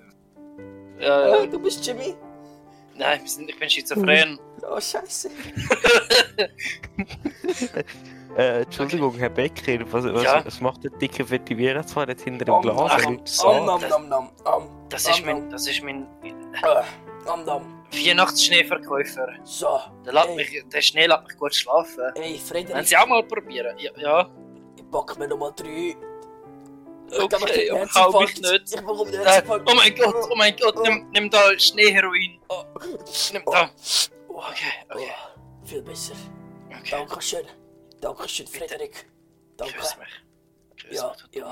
Oh, äh, du bist Jimmy. nein, wir sind- ich bin schizophren. Oh, scheiße. Äh, Entschuldigung, Herr Becker, was, was, Ja. oh was macht der dicke fette Weihnachtsmann jetzt hinter dem Om, Glas? om, Er om, wird Om so- nom nom nom. Om. Das ist Om, mein, das ist mein nom, Om nom. Weihnachtsschneeverkäufer. So. Der, lässt Ey. mich, der Schnee lässt mich gut schlafen. Ey, Wenn Frederik, sie auch mal probieren. Ja, ja. pack mir nochmal drei. okay, hau mich nicht. Ich bekomme den Da, Herzinfarkt. oh mein Gott, oh mein Gott, nimm, nimm da Schneeheroin. Oh, nimm da. Oh, Okay, okay, oh, viel besser. okay. Dankeschön. Dankeschön, Frederik. Danke. Küss mich. Küss Ja, mich, du Dumme.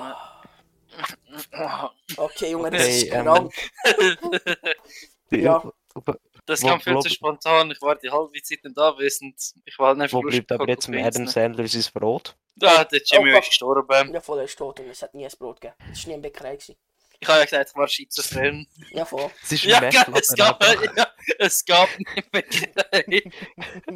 ja. Ah. Okay, Junge, das Okay, ist ähm, krank. Ja. Das Wo- kam viel wo- zu spontan. Ich war die halbe Zeit nicht anwesend. Ich war nicht Wo bleibt aber jetzt mit Adam Sandler sein Brot? Ja, der Jimmy Oh, fuck. ist gestorben. Ja, voll, er ist tot und es hat nie ein Brot gegeben. Es war nie ein Bäckerei. gewesen. Ich habe ja gesagt, ich war schizophren. Ja, voll. Es ist Ja, ein Messler, gell, es gab, aber- ja, es gab nicht mehr.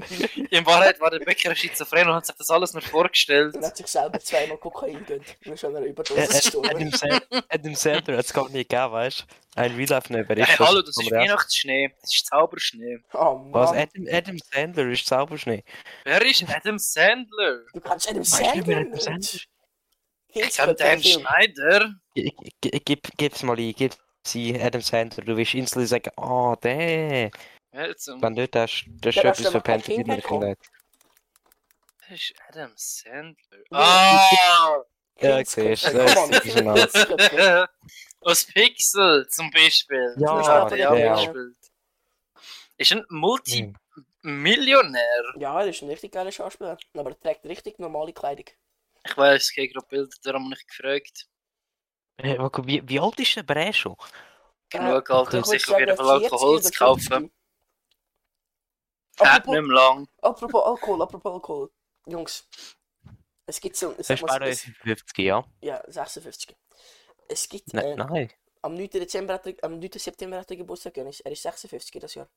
In Wahrheit war der Bäcker schizophren und hat sich das alles nur vorgestellt. Er hat sich selber zweimal Kokain gegönnt. Und ist an einer Ä- Überdosis Ä- gestorben. Äh, Adam Sand- Adam Sandler hat es gar nicht gegeben, weißt du? Ein Real Life Neighbor Hey, ist hallo, das ist aber ja. Weihnachtsschnee. Das ist Zauberschnee. Oh Was? Mann, Adam, Adam Sandler ist Zauberschnee. Wer ist Adam Sandler? du kannst einem Weißt du, Sandler wer Adam nicht. Sandler ist? Kind Ich habe Dan Film. Schneider. G- g- Gib, gib's mal ein, gib sie Adam Sandler. Du wirst instantly sagen, ah, der. Ja, jetzt, ähm, Wenn nicht, das ist das ist Ja, etwas das ist aber verpennt, kein in mir Kindheit, kommt. Wer ist Adam Sandler? ich- Ah! Ja, Kindsköpfe. siehst du, das Come on, ist Kindsköpfe. genau. Kindsköpfe. Aus Pixel zum Beispiel. Ja, Das hat er ja, ja. gespielt. Ist ein Multimillionär. Ja, er ist ein richtig geiler Schauspieler. Aber er trägt richtig normale Kleidung. Ich weiß, ich kriege gerade Bilder, darum habe ich gefragt. Hey, wak- Wie, wie alt ist der Brei schon? Genug Ich alt, um würde sich auf sagen, jeden Fall 40 Alkohol oder zu kaufen. 50. Hat nicht Apropos, mehr lang. apropos Alkohol, apropos Alkohol. Jungs, es gibt so... Das Sag ist mal, bei es, 50, ja? ja, 56. Es gibt... Nein, äh, nein. Am 9. Dezember hat er, am 9. September hat er Geburtstag, Janis. Er ist 56 das Jahr.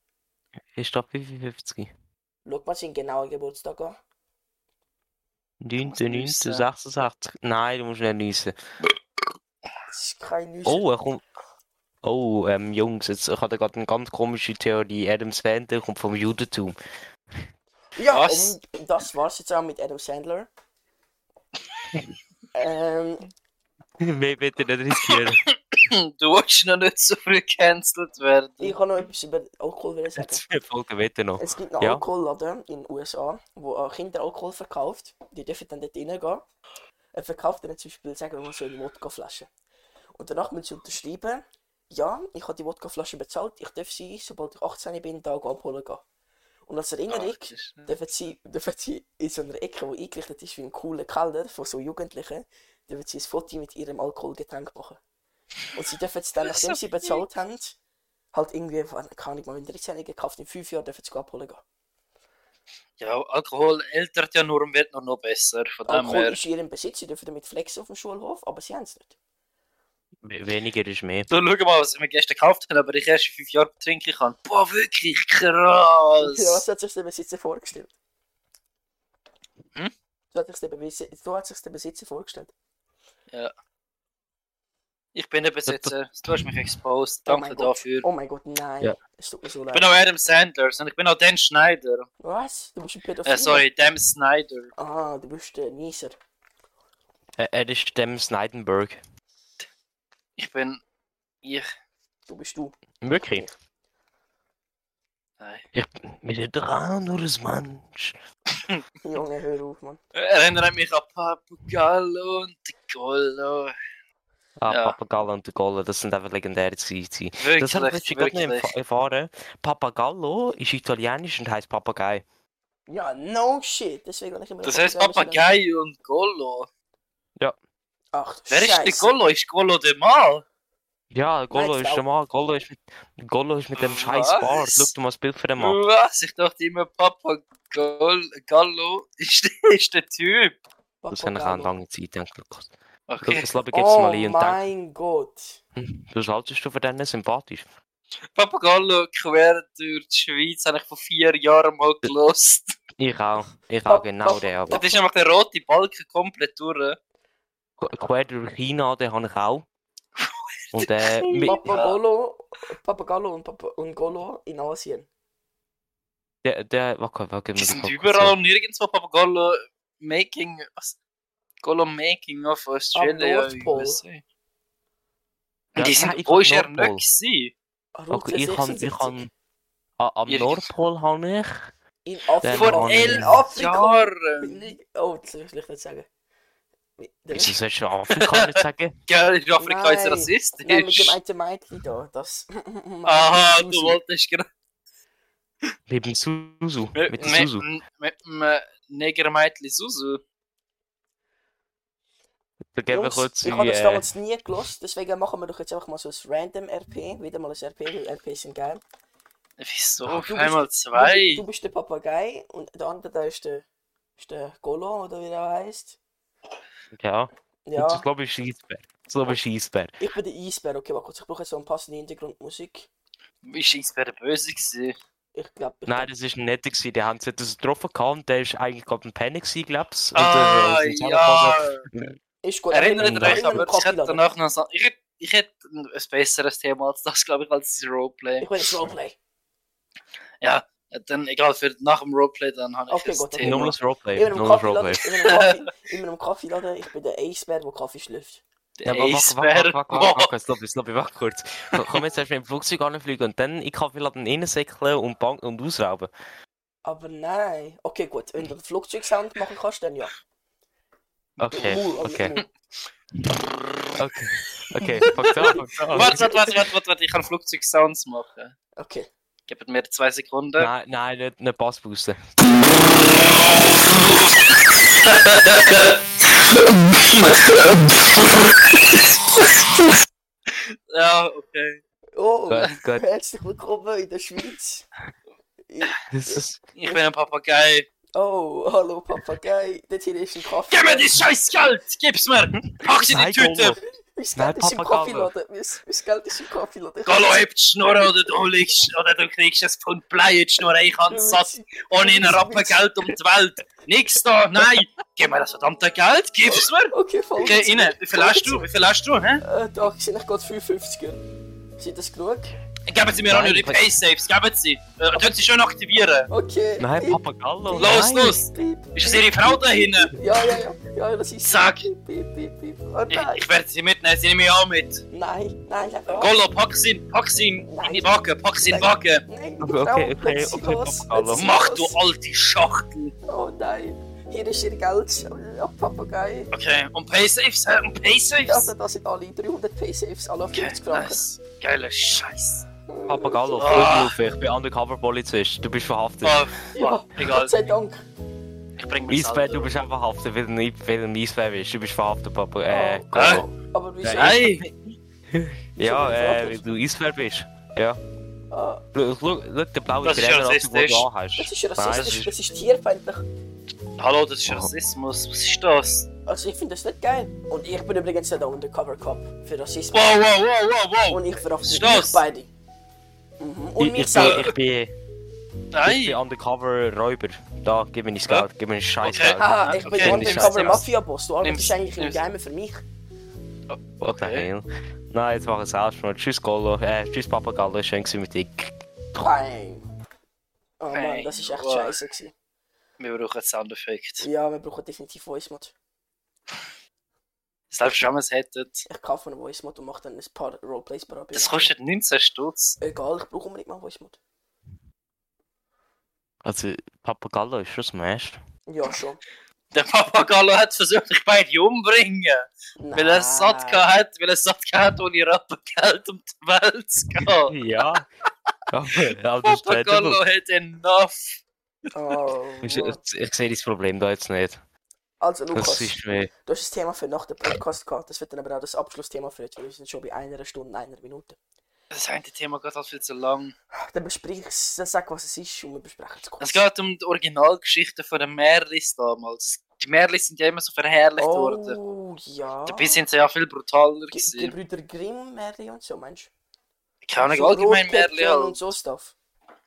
Ist doch 55. Schau mal seinen genauen Geburtstag an. 9, musst niessen. 86. Nein, du musst nicht niessen. Das ist kein News. Oh, er Oh, kommt. Oh, ähm, Jungs, jetzt, ich hatte gerade eine ganz komische Theorie. Adam Sandler kommt vom Judentum. Ja, Was? und das war's jetzt auch mit Adam Sandler. ähm, Mehr bitte nicht riskieren. Du willst noch nicht so früh gecancelt werden. ich kann noch etwas über Alkohol wollen sagen. Jetzt folgen bitte noch. Es gibt einen Ja. Alkoholladen in den USA, wo äh, Kinder Alkohol verkauft. Die dürfen dann dort reingehen. Er verkauft dann zum Beispiel, sagen wir mal, so eine Wodkaflasche. Und danach müssen sie unterschreiben, ja, ich habe die Wodkaflasche bezahlt, ich darf sie, sobald ich 18 bin, da abholen gehen. Und als Erinnerung Ach, Ah, das ist- dürfen sie, dürfen sie in so einer Ecke, die eingerichtet ist wie ein cooler Keller von so Jugendlichen, dürfen sie ein Foto mit ihrem Alkoholgetränk machen. Und sie dürfen es dann, Das ist nachdem so sie bezahlt haben, halt irgendwie, kann ich mal in 13 gekauft, in 5 Jahren dürfen sie abholen gehen. Ja, Alkohol ältert ja nur und wird nur noch besser. Von dem Alkohol her. ist in ihrem Besitz, sie dürfen damit flexen auf dem Schulhof, aber sie haben es nicht. Weniger ist mehr. So, schau mal, was ich mir gestern gekauft habe, aber ich erst in fünf Jahren trinken kann. Boah, wirklich krass! Ja, was hat sich der Besitzer vorgestellt? Hm? So hat sich der, Besitzer, so hat sich der Besitzer vorgestellt. Oh Ich bin ein Besitzer, du hast mich exposed. Danke mein Gott. dafür. Oh mein Gott, nein. Ja. Es tut mir so Ich bin leid. auch Adam Sanders und ich bin auch Dan Schneider. Was? Du bist ein Pädophile? Äh, sorry, Dan Snyder. Ah, du bist der Nieser. Äh, er ist dem Snydenberg. Ich bin. Ich. Du bist du. Wirklich? Nein. Ich bin doch auch nur ein Mensch. Junge, hör auf, Mann. äh, Erinnere mich an Papagallo und Gollo. Ah, Ja. Papagallo und der Golle, das sind einfach legendäre Zeiten. Das habe ich Wirklich, letztens gerade noch wirklich. erf- erfahren. Papagallo ist italienisch und heißt Papagei. Ja, no shit. Dus Deswegen kann ich immer... Das heißt sagen, Papagei und Gollo. Ach, du Wer ist der Scheiße. Gollo? Ist Gollo der Mann? Ja, Gollo Nein, ist Sau. normal. Gollo ist mit, Gollo ist mit dem scheiß Bart. Was? Schau dir mal das Bild von dem an. Was? Ich dachte immer, Papagallo ist, ist der Typ. Das habe ich auch Papagallo. eine lange Zeit gedacht. Okay. Das lasse ich jetzt Oh mal ein und denke, mein Gott. hm, was haltest du von denen sympathisch? Papagallo quer durch die Schweiz habe ich vor vier Jahren mal gelost. Ich auch. Ich Pap- auch genau Pap- den. aber- Das ist einfach der rote Balken komplett durch. Qu- Quer durch China, den habe ich auch. Und äh, mit, Papagallo, Papagallo und, Papa und Golo in Asien. der, der, warte, warte, Die muss sind ich überall und nirgendwo Papagallo Making. Was? Gollo Making of Australia. Am Nordpol. USA. Ja, die sind, nein, ich wo hab ist er nicht Nordpol. gewesen? Okay, Route ich kann, ich 76. kann, a- am Irgendwo. Nordpol habe ich, In Afrika. Vor Vor Mann. elf Afrika. Jahren! Oh, das soll ich nicht sagen. Mit- der- wieso sollst du Afrika nicht sagen? Gell, ist Afrika Nein. jetzt Nein, mit rassistisch? dem alten Mädchen da. Das. Aha, du Susi. wolltest gerade. Mit dem Susu, Mit, mit dem Susu. mit, mit dem äh, Negermeitli Susu. Da geben wir Jungs, kurz ich habe das äh, damals nie gelost, deswegen machen wir doch jetzt einfach mal so ein random RP. Wieder mal ein RP, weil RP sind geil. Wieso? Ah, Auf du bist- einmal Du, zwei? bist- du bist der Papagei und der andere da ist der, ist der Golo oder wie der heißt. äh, ja. Ja, Das glaube ich ist Eisbär. Das glaube ich ist Eisbär. ich bin der Eisbär. Okay, warte kurz, ich brauche jetzt so eine passende Hintergrundmusik. Ist Eisbär böse gewesen? Ich glaube, ich Nein, das ist ein netter gewesen. Der haben sie das getroffen gehabt und der ist eigentlich gerade ein Penny gewesen, glaubst Ah, ja. ist gut. Erinnert Nein. ihr euch, Nein. aber ne? ich hätte Kapitel. danach noch so. Ich hätte, ich hätte ein ein besseres Thema als das, glaube ich, als das Roleplay. Ich will jetzt Roleplay. Ja, Dann, egal, für nach dem Roleplay, dann habe ich Okay, ein gut, okay. Thema. Nur das Ich Roleplay. bin im Nur das Roleplay. Kaffeeladen. Ich bin im Kaffee- ich bin im Kaffeeladen. Ich bin der Eisbär, der Kaffee schlürft. Der Ja, warte, warte, warte, Eisbär. warte, warte, warte, jetzt lass mich- lass mich- warte kurz. Komm, Komm jetzt erst mit dem Flugzeug anfliegen und dann in den Kaffeeladen reinsäckeln und Bank und ausrauben. Aber nein. Okay, gut. Wenn du den Flugzeugsound machen kannst, dann ja. Okay, Mu, aber okay, Mu. okay. Okay, fang's an, fang's an. Warte, warte, warte, warte, warte, warte, ich kann Flugzeugsounds machen. Okay. Gebt mir zwei Sekunden. Nein, nein, nicht, nicht Passbussen. Ja, okay. Oh, Gut, gut. herzlich willkommen in der Schweiz. Das ist, Ich bin ein Papagei. Oh, hallo Papagei. Das hier ist ein Kaffee. Gib mir dein scheiß Geld! Gib's mir! Pack sie in die Nein, Tüte! Golo. Mein Geld Nein, ist im Papagei. Kaffeeladen. Mein, mein Geld ist im Kaffeeladen. Golo, heb die Schnurre oder du, liegst, oder du kriegst ein Pfund Blei in die Schnurre. Ich hab's satt. Ohne einen Rappen Geld um die Welt. Nix da, nein! Gib mir das verdammte Geld, gib's mir! Okay, voll. Eh, Geh rein, wie viel hast du? Wie viel hast du? Hä? Äh, da sind ich gerade 55. Sind das genug? Geben Sie mir auch Nein, noch Ihre was- Pay-Saves, geben Sie! Äh, tun Sie schön aktivieren! Okay. Nein, piep, Papagallo. Los, nein. los! piep, piep. Ist das Ihre Frau da hinten? Ja, ja, ja. Ja, das ist. Sag. Piep, piep, piep, piep. Oh, Ich, nein. ich werde sie mitnehmen, sie nehmen mich auch mit. Nein, nein, nein. Oh, Golo, pack sie, in- pack sie in in die Waage, pack sie in die Waage. nein, Okay, Frau, okay, lass okay, sie okay, los, Papagallo. lass sie Mach du los. alte Schachtel. Oh nein. Hier ist ihr Geld. Oh, Papagei. Okay, und Paysafes, hä? Und Also, Paysafes? das sind alle 300 P-Saves, alle auf Okay, 50 Franken. nice. Geiler Scheiß. Papagallo, Ah. Vögel auf, ich bin Undercover-Polizist. Du bist verhaftet. Oh, Ja, egal, Gott sei Dank. ich bring mich Eisbär, du bist auch verhaftet, weil du nicht weil du ein Eisbär bist. Du bist verhaftet, Papa. Ah. Äh, Oh. Gallo. Aber Äh, wieso? Nein. Hey, Ja, bin äh, weil verhaftet. du Eisbär bist. Ja. Ah, Schau, schau, schau den blauen Das ist Trainer an, den rassistisch. du anhast. das ist Nein, rassistisch, das ist tierfeindlich. hallo, das ist Rassismus, was ist das? Also, ich finde das nicht geil. Und ich bin übrigens nicht der Undercover Cop für Rassismus. Wow, wow, wow, wow, Und ich verhafte Schloss. euch beide. Mhm. Und ich, mich ich, bin, selber. ich, bin, wow. ich bin Nein, Undercover-Räuber. Da, gib mir dein Ja. Geld, gib mir scheiß Okay. Geld. Haha, ich Okay, bin Undercover nimm's. Mafia-Boss. Du arbeitest Nimm's. eigentlich im Nimm's. Geheimen für mich. What the Okay. hell? Nein, jetzt mach ich es erst mal. Tschüss, Golo. Äh, tschüss, Papagallo. Schön gewesen mit dir. Bang. Oh Mann, Bang. das ist echt Wow. scheiße gewesen. wir brauchen Soundeffekt. Ja, wir brauchen definitiv Voice-Mod. Selbst wenn wir es hätten, Ich kaufe einen Voice-Mod und mache dann ein paar Roleplays pro das kostet 19 Stutz. Egal, ich brauche unbedingt mal einen Voice-Mod. Also, Papagallo ist schon Smash. Ja, schon. Der Papagallo hat versucht, mich beide umzubringen. Weil er es satt Nein. hat, weil er es satt hat, ohne Rappengeld um die Welt zu gehen. Ja. Aber, aber das Papagallo hat enough. Oh, Ich, Mann. ich, ich sehe das Problem da jetzt nicht. also, Lukas. Das ist mir. Du hast das Thema für nach dem Podcast gehabt. Das wird dann aber auch das Abschlussthema für heute, weil wir sind schon bei einer Stunde, einer Minute. Das eine Thema geht halt viel zu lang. Dann besprich es, dann sag, was es ist und wir besprechen es kurz. Es geht um die Originalgeschichte von den Merlis damals. Die Merlis sind ja immer so verherrlicht worden. Oh, ja. Dabei sind sie ja viel brutaler Ge- Die gewesen. Brüder Grimm, Merli und so, meinst du? Keine So Ahnung, allgemein Rotkäppchen Merli halt. und so Stuff.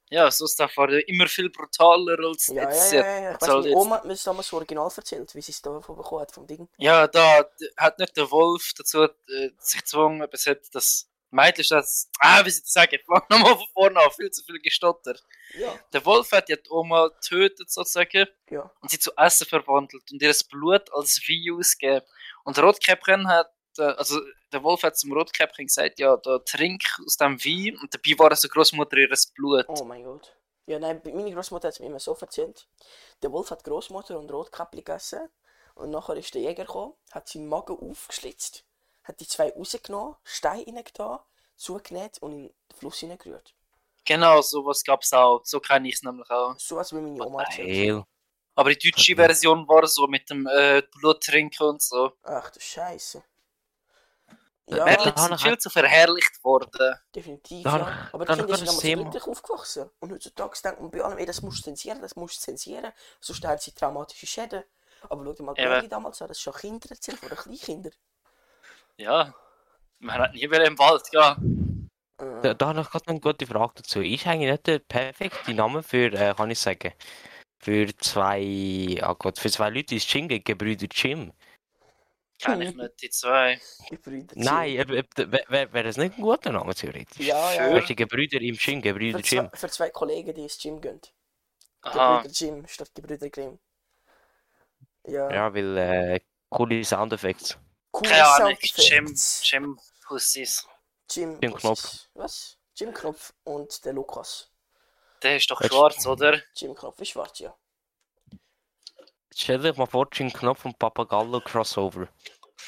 Ja, so Stuff war ja immer viel brutaler als Ja, ja, jetzt. ja. ja, ja. Ich jetzt weiss, halt meine jetzt- Oma hat mir das damals so original erzählt, wie sie es davon bekommen hat, vom Ding. Ja, da d- hat nicht der Wolf dazu äh, sich gezwungen, aber es hat das Mädchen ist das. Ah, wie soll ich das sagen? Fang nochmal von vorne an, viel zu viel gestottert. Ja. Der Wolf hat ja die Oma getötet, sozusagen, Ja. und sie zu Essen verwandelt und ihr das Blut als Wein ausgegeben. Und der Rotkäppchen hat, äh, also der Wolf hat zum Rotkäppchen gesagt: Ja, da trink aus dem Wein, und dabei war also Großmutter ihres Blut. Oh mein Gott. Ja, nein, bei- meine Großmutter hat es mir immer so erzählt. Der Wolf hat Großmutter und Rotkäppli gegessen. Und nachher ist der Jäger gekommen, hat seinen Magen aufgeschlitzt, hat die zwei rausgenommen, Stein reingetan, zugenäht und in den Fluss hineingerührt. Genau, sowas gab es auch. So kenne ich es nämlich auch. So als mir meine Oma erzählt. Heil. Aber die deutsche Okay. Version war so mit dem äh, Blut trinken und so. Ach du Scheiße. Ja, Ja, Merli- Merlin sind Hannah viel zu verherrlicht worden. definitiv. Dann- ja. Aber die dann hat Kinder sind das damals Thema- glücklich aufgewachsen. Und heutzutage denkt man bei allem, ey, das musst du zensieren, das musst du zensieren, sonst haben sie traumatische Schäden. Aber schau dir mal die Eben. Merli damals an, das ist schon Kinder erzählt, oder Kleinkinder. Ja. Man hat nie wieder im Wald, ja. Äh, Da, da habe ich gerade noch eine gute Frage dazu. Ist eigentlich nicht der perfekte Name für, äh, kann ich sagen, für zwei, ah Gott, für zwei Leute ins Gym gehen, Gebrüder Jim. Kenn Hm. ich nicht, die zwei. die Brüder Nein, eben, eben, wäre wär wär das nicht ein guter Name theoretisch? Ja, ja. Für- Weißt du, Gebrüder im Gym, Gebrüder Für Jim. zwei, für zwei Kollegen, die ins Gym gehen. Aha. Gebrüder Jim statt Gebrüder Grimm. Ja, Ja, weil, äh, coole Soundeffekte. cool. Keine Ahnung, Jim, Jim Pussies. Jim, Jim was Knopf. ist- Was? Jim Knopf und der Lukas. Der ist doch Weißt- schwarz, oder? Jim Knopf ist schwarz, ja. Stell dir mal vor, Jim Knopf und Papagallo Crossover.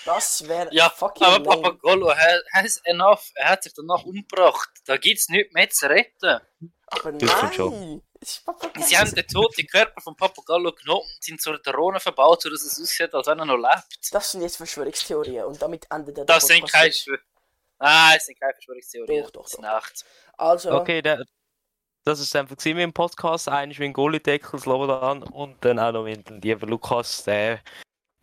Das wäre Ja, fucking Aber lame. Papagolo, er has enough. Er hat sich danach umgebracht. Da gibt's nichts mehr zu retten. Aber Das stimmt schon. nein! Es ist Papagei. Sie haben den toten Körper von Papagallo genommen und sind zur Drohne verbaut, sodass es aussieht, als wenn er noch lebt. Das sind jetzt Verschwörungstheorien und damit endet der Das sind Podcast keine jetzt. Verschwörungstheorien. Ah, es sind keine Verschwörungstheorien. Doch, doch, Das sind doch. echt. Also, Okay, da, das ist einfach gewesen mit dem Podcast. Eigentlich mein Goalie-Deckel, Slobodan und dann auch noch mit dem lieber Lukas, der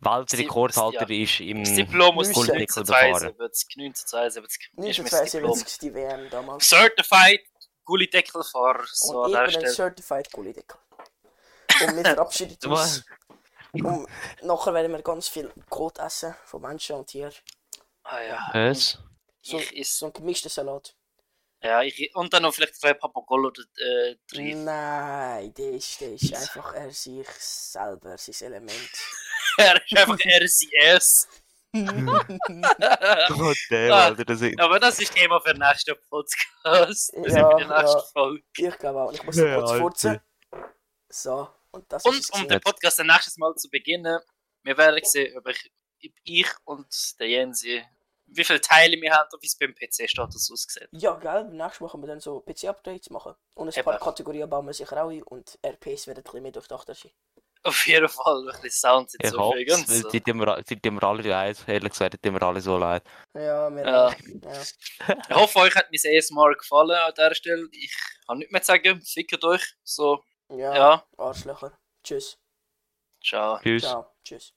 Weltrekordhalter ist im... Das Diplom aus Müssen. 1972. 1972 ist mein Diplom. 1972 die WM damals. Certified Gullideckelfahrer. So und an ich der bin ein Stelle. Certified Gullideckel. Und wir verabschieden uns. Und nachher werden wir ganz viel Kot essen von Menschen und Tieren. Ah ja. Was? So, Ich is- so ein gemischter Salat. Ja, ich, und dann noch vielleicht zwei Papagol oder äh, Hmm. drei. Nein, der ist, der ist einfach er sich selber, sein Element. er ist einfach RCS. Gott, damn, Ah. Oh, Alter, das ist... Aber das ist Thema für den nächsten Podcast. Das Ja, ist für die ja. nächste Folge. ich glaube auch. Ich muss Ja, noch kurz furzen. Alter. So, und das Und ist um es. den Podcast dann nächstes Mal zu beginnen, wir werden sehen, ob ich, ob ich und der Jensi, wie viele Teile wir haben und wie es beim PC-Status aussieht. Ja, gell, nächstes machen wir dann so PC-Updates machen. Und ein Eben. paar Kategorien bauen wir sicher auch ein und RPs werden ein bisschen mehr durchdachter sein. Auf jeden Fall, ein bisschen Sound Ich jetzt hoffe, übrigens. es tut dem ra- tut dem alle leid, ehrlich gesagt, tut dem alle so leid. Ja, wir Ja. auch. Ja. Ich hoffe, euch hat mein ASMR gefallen an dieser Stelle. Ich kann nichts mehr zu sagen. Fickt euch. So, Ja, ja. Arschlöcher. Tschüss. Ciao. Tschüss. Ciao. Tschüss.